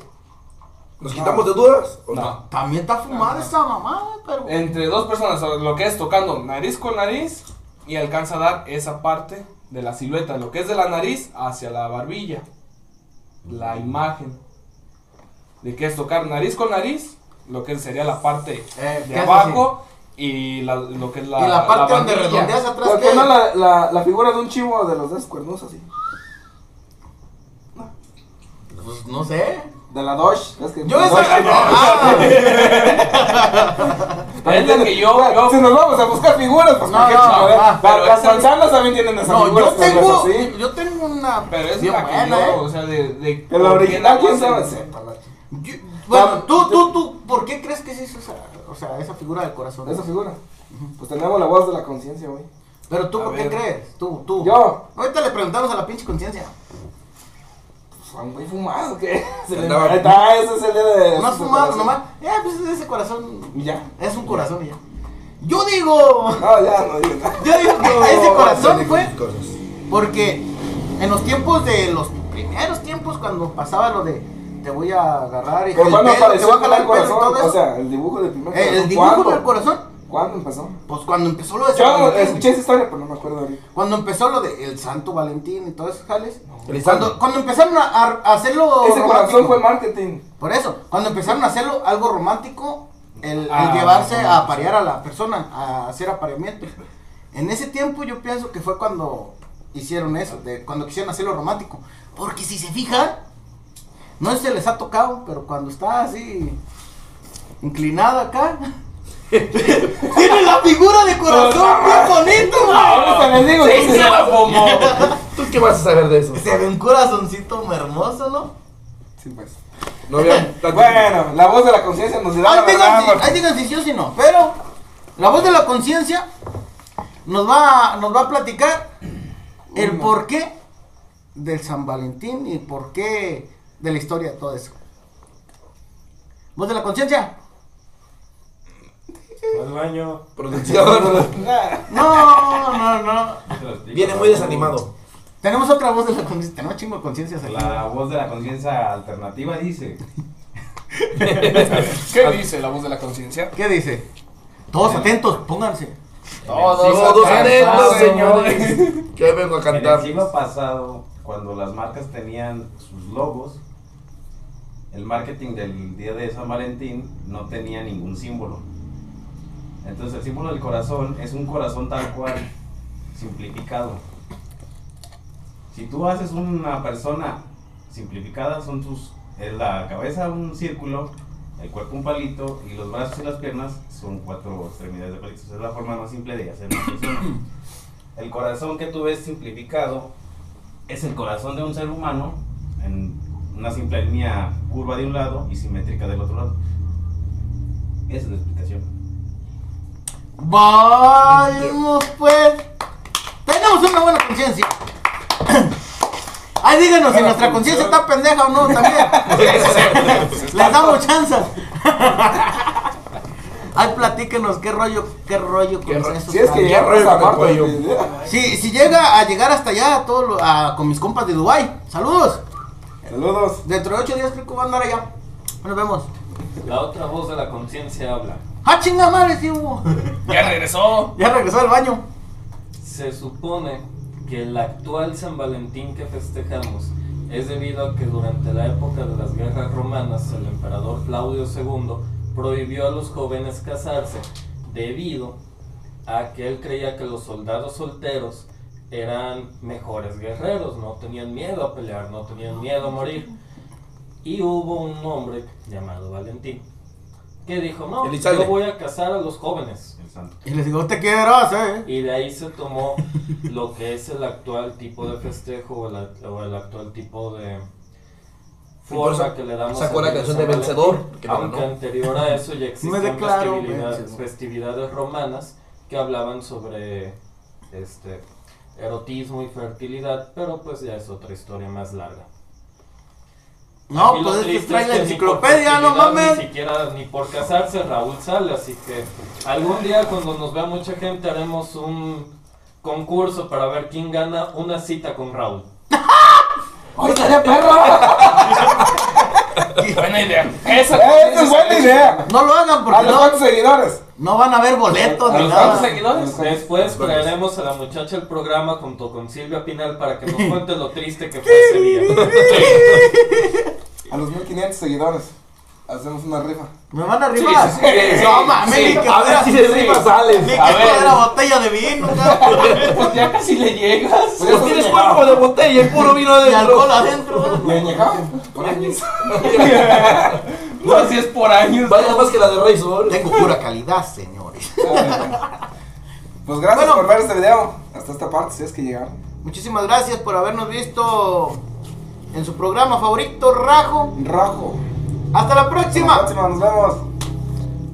[SPEAKER 3] ¿Nos quitamos de dudas? ¿O no?
[SPEAKER 4] No.
[SPEAKER 2] También está fumada esa mamada, pero.
[SPEAKER 1] Eh,
[SPEAKER 2] eh,
[SPEAKER 4] Entre dos personas, o lo que es tocando nariz con nariz y alcanza a dar esa parte de la silueta, lo que es de la nariz hacia la barbilla. La imagen. De que es tocar nariz con nariz, lo que sería la parte
[SPEAKER 2] Eh, ¿qué
[SPEAKER 4] de
[SPEAKER 2] haces,
[SPEAKER 4] abajo y la- lo que es la.
[SPEAKER 2] y la parte donde
[SPEAKER 4] barbilla.
[SPEAKER 2] redondeas atrás
[SPEAKER 1] ¿Por qué
[SPEAKER 2] ¿qué?
[SPEAKER 1] no la, la, la figura de un chivo de los dos cuernos así?
[SPEAKER 2] Pues no sé.
[SPEAKER 1] De la Dosh. ¿ves que
[SPEAKER 2] Yo
[SPEAKER 1] la
[SPEAKER 2] esa
[SPEAKER 1] Dodge-
[SPEAKER 2] ah,
[SPEAKER 4] Es la que yo.
[SPEAKER 1] Güey,
[SPEAKER 4] yo-
[SPEAKER 1] Si nos vamos a buscar figuras, pues
[SPEAKER 2] No,
[SPEAKER 1] ¿por qué
[SPEAKER 2] no,
[SPEAKER 1] chingadera?
[SPEAKER 2] ah,
[SPEAKER 1] La-
[SPEAKER 4] pero
[SPEAKER 1] Las
[SPEAKER 4] esa-
[SPEAKER 1] manzanas también tienen esas
[SPEAKER 2] No, yo
[SPEAKER 1] figuras. pues,
[SPEAKER 2] tengo
[SPEAKER 1] así.
[SPEAKER 2] yo tengo una
[SPEAKER 4] pero es
[SPEAKER 2] bien
[SPEAKER 4] la que
[SPEAKER 2] buena,
[SPEAKER 4] yo,
[SPEAKER 2] eh.
[SPEAKER 4] o sea, de. de
[SPEAKER 1] Que la
[SPEAKER 4] ¿por qué
[SPEAKER 1] original,
[SPEAKER 4] la
[SPEAKER 1] quién
[SPEAKER 4] hacen?
[SPEAKER 1] sabe. sepa la-
[SPEAKER 2] Yo- bueno,
[SPEAKER 1] La-
[SPEAKER 2] tú
[SPEAKER 1] yo-
[SPEAKER 2] tú tú ¿por qué crees que se hizo esa, o sea, esa figura del corazón?
[SPEAKER 1] Esa figura. Pues tenemos la voz de la conciencia, güey.
[SPEAKER 2] Pero tú
[SPEAKER 4] A
[SPEAKER 2] ¿por qué
[SPEAKER 4] ver.
[SPEAKER 2] crees? Tú tú.
[SPEAKER 1] Yo.
[SPEAKER 2] Ahorita le preguntamos a la pinche conciencia.
[SPEAKER 1] Pues, a un güey fumado, ¿qué? Se le-
[SPEAKER 3] Andaba-
[SPEAKER 1] Ahí está, ese es el día de.
[SPEAKER 2] Nomás
[SPEAKER 1] su
[SPEAKER 2] fumado,
[SPEAKER 1] separación.
[SPEAKER 2] nomás. Eh, pues ese corazón
[SPEAKER 1] Y ya.
[SPEAKER 2] es un corazón y ya. Yo digo,
[SPEAKER 1] No, ya, no digo nada.
[SPEAKER 2] yo digo que ese corazón pues. fue
[SPEAKER 3] Cosas.
[SPEAKER 2] Porque en los tiempos de los primeros tiempos, cuando pasaba lo de te voy a agarrar y
[SPEAKER 1] Pero
[SPEAKER 2] el
[SPEAKER 1] cuando
[SPEAKER 2] pelo, te
[SPEAKER 1] apareció
[SPEAKER 2] voy a
[SPEAKER 1] el
[SPEAKER 2] jalar
[SPEAKER 1] primer
[SPEAKER 2] el pelo y
[SPEAKER 1] corazón,
[SPEAKER 2] todo eso.
[SPEAKER 1] o sea, el dibujo del
[SPEAKER 2] Eh,
[SPEAKER 1] primer corazón.
[SPEAKER 2] el dibujo
[SPEAKER 1] ¿cuándo?
[SPEAKER 2] del corazón,
[SPEAKER 1] ¿Cuándo empezó?
[SPEAKER 2] pues cuando empezó lo de San
[SPEAKER 1] Yo
[SPEAKER 2] Valentín,
[SPEAKER 1] escuché esa historia, pero no me acuerdo ahorita.
[SPEAKER 2] cuando empezó lo de el Santo Valentín y todos esos jales,
[SPEAKER 3] El
[SPEAKER 2] cuando,
[SPEAKER 3] santo.
[SPEAKER 2] cuando empezaron a, a- a hacerlo
[SPEAKER 1] Ese corazón
[SPEAKER 2] romántico.
[SPEAKER 1] fue marketing.
[SPEAKER 2] por eso, cuando empezaron a hacerlo algo romántico, el, el
[SPEAKER 4] Ah,
[SPEAKER 2] llevarse
[SPEAKER 4] no.
[SPEAKER 2] a parear a la persona, a hacer apareamiento. En ese tiempo yo pienso que fue cuando hicieron eso, de, cuando quisieron hacerlo romántico. Porque si se fijan, no sé si les ha tocado, pero cuando está así inclinada acá, tiene la figura de corazón bien bonito, güey.
[SPEAKER 1] Ahorita les digo que
[SPEAKER 4] Sí, se la fumó.
[SPEAKER 3] ¿Tú qué vas a saber de eso?
[SPEAKER 2] Se ve un corazoncito hermoso, ¿no?
[SPEAKER 1] Sí, pues.
[SPEAKER 3] No había.
[SPEAKER 1] Bueno, la voz de la conciencia nos dirá la
[SPEAKER 2] Ahí digan,
[SPEAKER 1] verdad.
[SPEAKER 2] si,
[SPEAKER 1] porque-
[SPEAKER 2] ahí digan si sí o si no, pero la voz de la conciencia nos va, a- nos va a platicar el
[SPEAKER 1] Una.
[SPEAKER 2] porqué del San Valentín y porqué de la historia de todo eso. Voz de la conciencia.
[SPEAKER 5] Al baño.
[SPEAKER 3] Producción.
[SPEAKER 2] No, no, no.
[SPEAKER 3] Viene muy desanimado.
[SPEAKER 2] Tenemos otra voz de la conciencia. Tenemos chingo de conciencias aquí.
[SPEAKER 7] La voz de la conciencia alternativa dice.
[SPEAKER 4] ¿Qué dice la voz de la conciencia?
[SPEAKER 2] ¿Qué dice? Todos atentos, pónganse.
[SPEAKER 3] Todos
[SPEAKER 4] atentos,
[SPEAKER 3] atentos,
[SPEAKER 4] señores.
[SPEAKER 3] señores. Que hoy vengo a
[SPEAKER 7] En
[SPEAKER 3] cantar.
[SPEAKER 7] el siglo pasado, cuando las marcas tenían sus logos, el marketing del día de San Valentín no tenía ningún símbolo. Entonces el símbolo del corazón es un corazón tal cual, simplificado. Si tú haces una persona simplificada, son tus, es la cabeza un círculo, el cuerpo un palito y los brazos y las piernas son cuatro extremidades de palitos. Es la forma más simple de hacer una persona. El corazón que tú ves simplificado es el corazón de un ser humano en una simple línea curva de un lado y simétrica del otro lado. Esa es la explicación.
[SPEAKER 2] Vamos pues. Tenemos una buena conciencia. Ay, díganos si nuestra conciencia está pendeja o no también. Les damos chance. Ay, platíquenos qué rollo, qué rollo con esos
[SPEAKER 1] Si es que
[SPEAKER 2] planes.
[SPEAKER 1] ya
[SPEAKER 3] rollo
[SPEAKER 1] esa
[SPEAKER 3] con el
[SPEAKER 1] parte,
[SPEAKER 3] cuello.
[SPEAKER 1] pues,
[SPEAKER 2] Si, si llega a llegar hasta allá a todo lo- a- con mis compas de Dubai. Saludos.
[SPEAKER 1] ya. Saludos.
[SPEAKER 2] Dentro de ocho días creo que va a andar allá. Nos vemos.
[SPEAKER 5] La otra voz de la conciencia habla.
[SPEAKER 2] ¡Ah, chinga madre, sí hubo!
[SPEAKER 4] Ya regresó.
[SPEAKER 2] Ya regresó del baño.
[SPEAKER 5] Se supone que el actual San Valentín que festejamos es debido a que durante la época de las guerras romanas el emperador Claudio II prohibió a los jóvenes casarse debido a que él creía que los soldados solteros eran mejores guerreros, no tenían miedo a pelear, no tenían miedo a morir. Y hubo un hombre llamado Valentín que dijo, no,
[SPEAKER 3] Elizalde.
[SPEAKER 5] yo voy a casar a los jóvenes.
[SPEAKER 7] El santo.
[SPEAKER 2] Y les digo, te quiero, ¿eh?
[SPEAKER 5] Y de ahí se tomó lo que es el actual tipo de festejo o el, o el actual tipo de forma
[SPEAKER 3] Entonces,
[SPEAKER 5] que le damos.
[SPEAKER 3] sacó
[SPEAKER 5] al
[SPEAKER 3] la
[SPEAKER 5] día
[SPEAKER 3] canción
[SPEAKER 5] San
[SPEAKER 3] de
[SPEAKER 5] Valentín,
[SPEAKER 3] Vencedor, que le
[SPEAKER 5] aunque
[SPEAKER 3] ganó.
[SPEAKER 5] anterior a eso ya
[SPEAKER 2] Me
[SPEAKER 5] existían
[SPEAKER 2] declaro
[SPEAKER 5] festividad-
[SPEAKER 2] vencedor.
[SPEAKER 5] festividades romanas que hablaban sobre este erotismo y fertilidad, pero pues ya es otra historia más larga.
[SPEAKER 2] No,
[SPEAKER 5] Y lo
[SPEAKER 2] pues es que
[SPEAKER 5] triste
[SPEAKER 2] trae la
[SPEAKER 5] que ni por
[SPEAKER 2] enciclopedia, no
[SPEAKER 5] festividad,
[SPEAKER 2] mames.
[SPEAKER 5] Ni siquiera ni por casarse Raúl sale, así que algún día cuando nos vea mucha gente haremos un concurso para ver quién gana una cita con Raúl.
[SPEAKER 1] ¡Ay, salió perro!
[SPEAKER 4] Buena idea. Esa
[SPEAKER 1] ¡Esa es buena idea!
[SPEAKER 2] No lo hagan
[SPEAKER 1] ¿A
[SPEAKER 2] porque
[SPEAKER 1] los
[SPEAKER 2] no,
[SPEAKER 1] cuantos seguidores?
[SPEAKER 2] No van a haber boletos
[SPEAKER 5] ¿A
[SPEAKER 2] ni
[SPEAKER 5] los
[SPEAKER 2] nada.
[SPEAKER 5] cuantos seguidores?
[SPEAKER 6] ¿Cuántos?
[SPEAKER 5] Después
[SPEAKER 6] ¿Cuántos?
[SPEAKER 5] traeremos a la muchacha al programa junto con Silvia Pinal para que nos cuente lo triste que fue ese día.
[SPEAKER 1] A los 1500 seguidores. Hacemos una rifa.
[SPEAKER 2] Me van a rifar.
[SPEAKER 4] sí, sí, sí.
[SPEAKER 2] no mames,
[SPEAKER 4] Sí,
[SPEAKER 2] ni que
[SPEAKER 4] a ver
[SPEAKER 2] fuera,
[SPEAKER 4] si
[SPEAKER 2] ni
[SPEAKER 4] de
[SPEAKER 2] que
[SPEAKER 4] rifa sales. A
[SPEAKER 2] fuera
[SPEAKER 4] ver.
[SPEAKER 2] botella de vino, cabrón.
[SPEAKER 4] Pues ya casi le llegas.
[SPEAKER 1] Pues ya estás
[SPEAKER 3] Tienes
[SPEAKER 1] añejado.
[SPEAKER 3] cuerpo de botella, puro vino
[SPEAKER 2] Y
[SPEAKER 3] de
[SPEAKER 2] alcohol adentro.
[SPEAKER 1] ¿Y
[SPEAKER 2] güey.
[SPEAKER 1] añejado? Por años.
[SPEAKER 4] No, si es por años.
[SPEAKER 3] Vaya más que la de Rey Sol.
[SPEAKER 2] Tengo pura calidad, señores.
[SPEAKER 1] Pues gracias
[SPEAKER 2] Bueno.
[SPEAKER 1] por ver este video. Hasta esta parte, si es que llegaron.
[SPEAKER 2] Muchísimas gracias por habernos visto en su programa favorito, Rajo.
[SPEAKER 1] Rajo.
[SPEAKER 2] Hasta la
[SPEAKER 1] Hasta la
[SPEAKER 2] próxima.
[SPEAKER 1] próxima, nos vemos.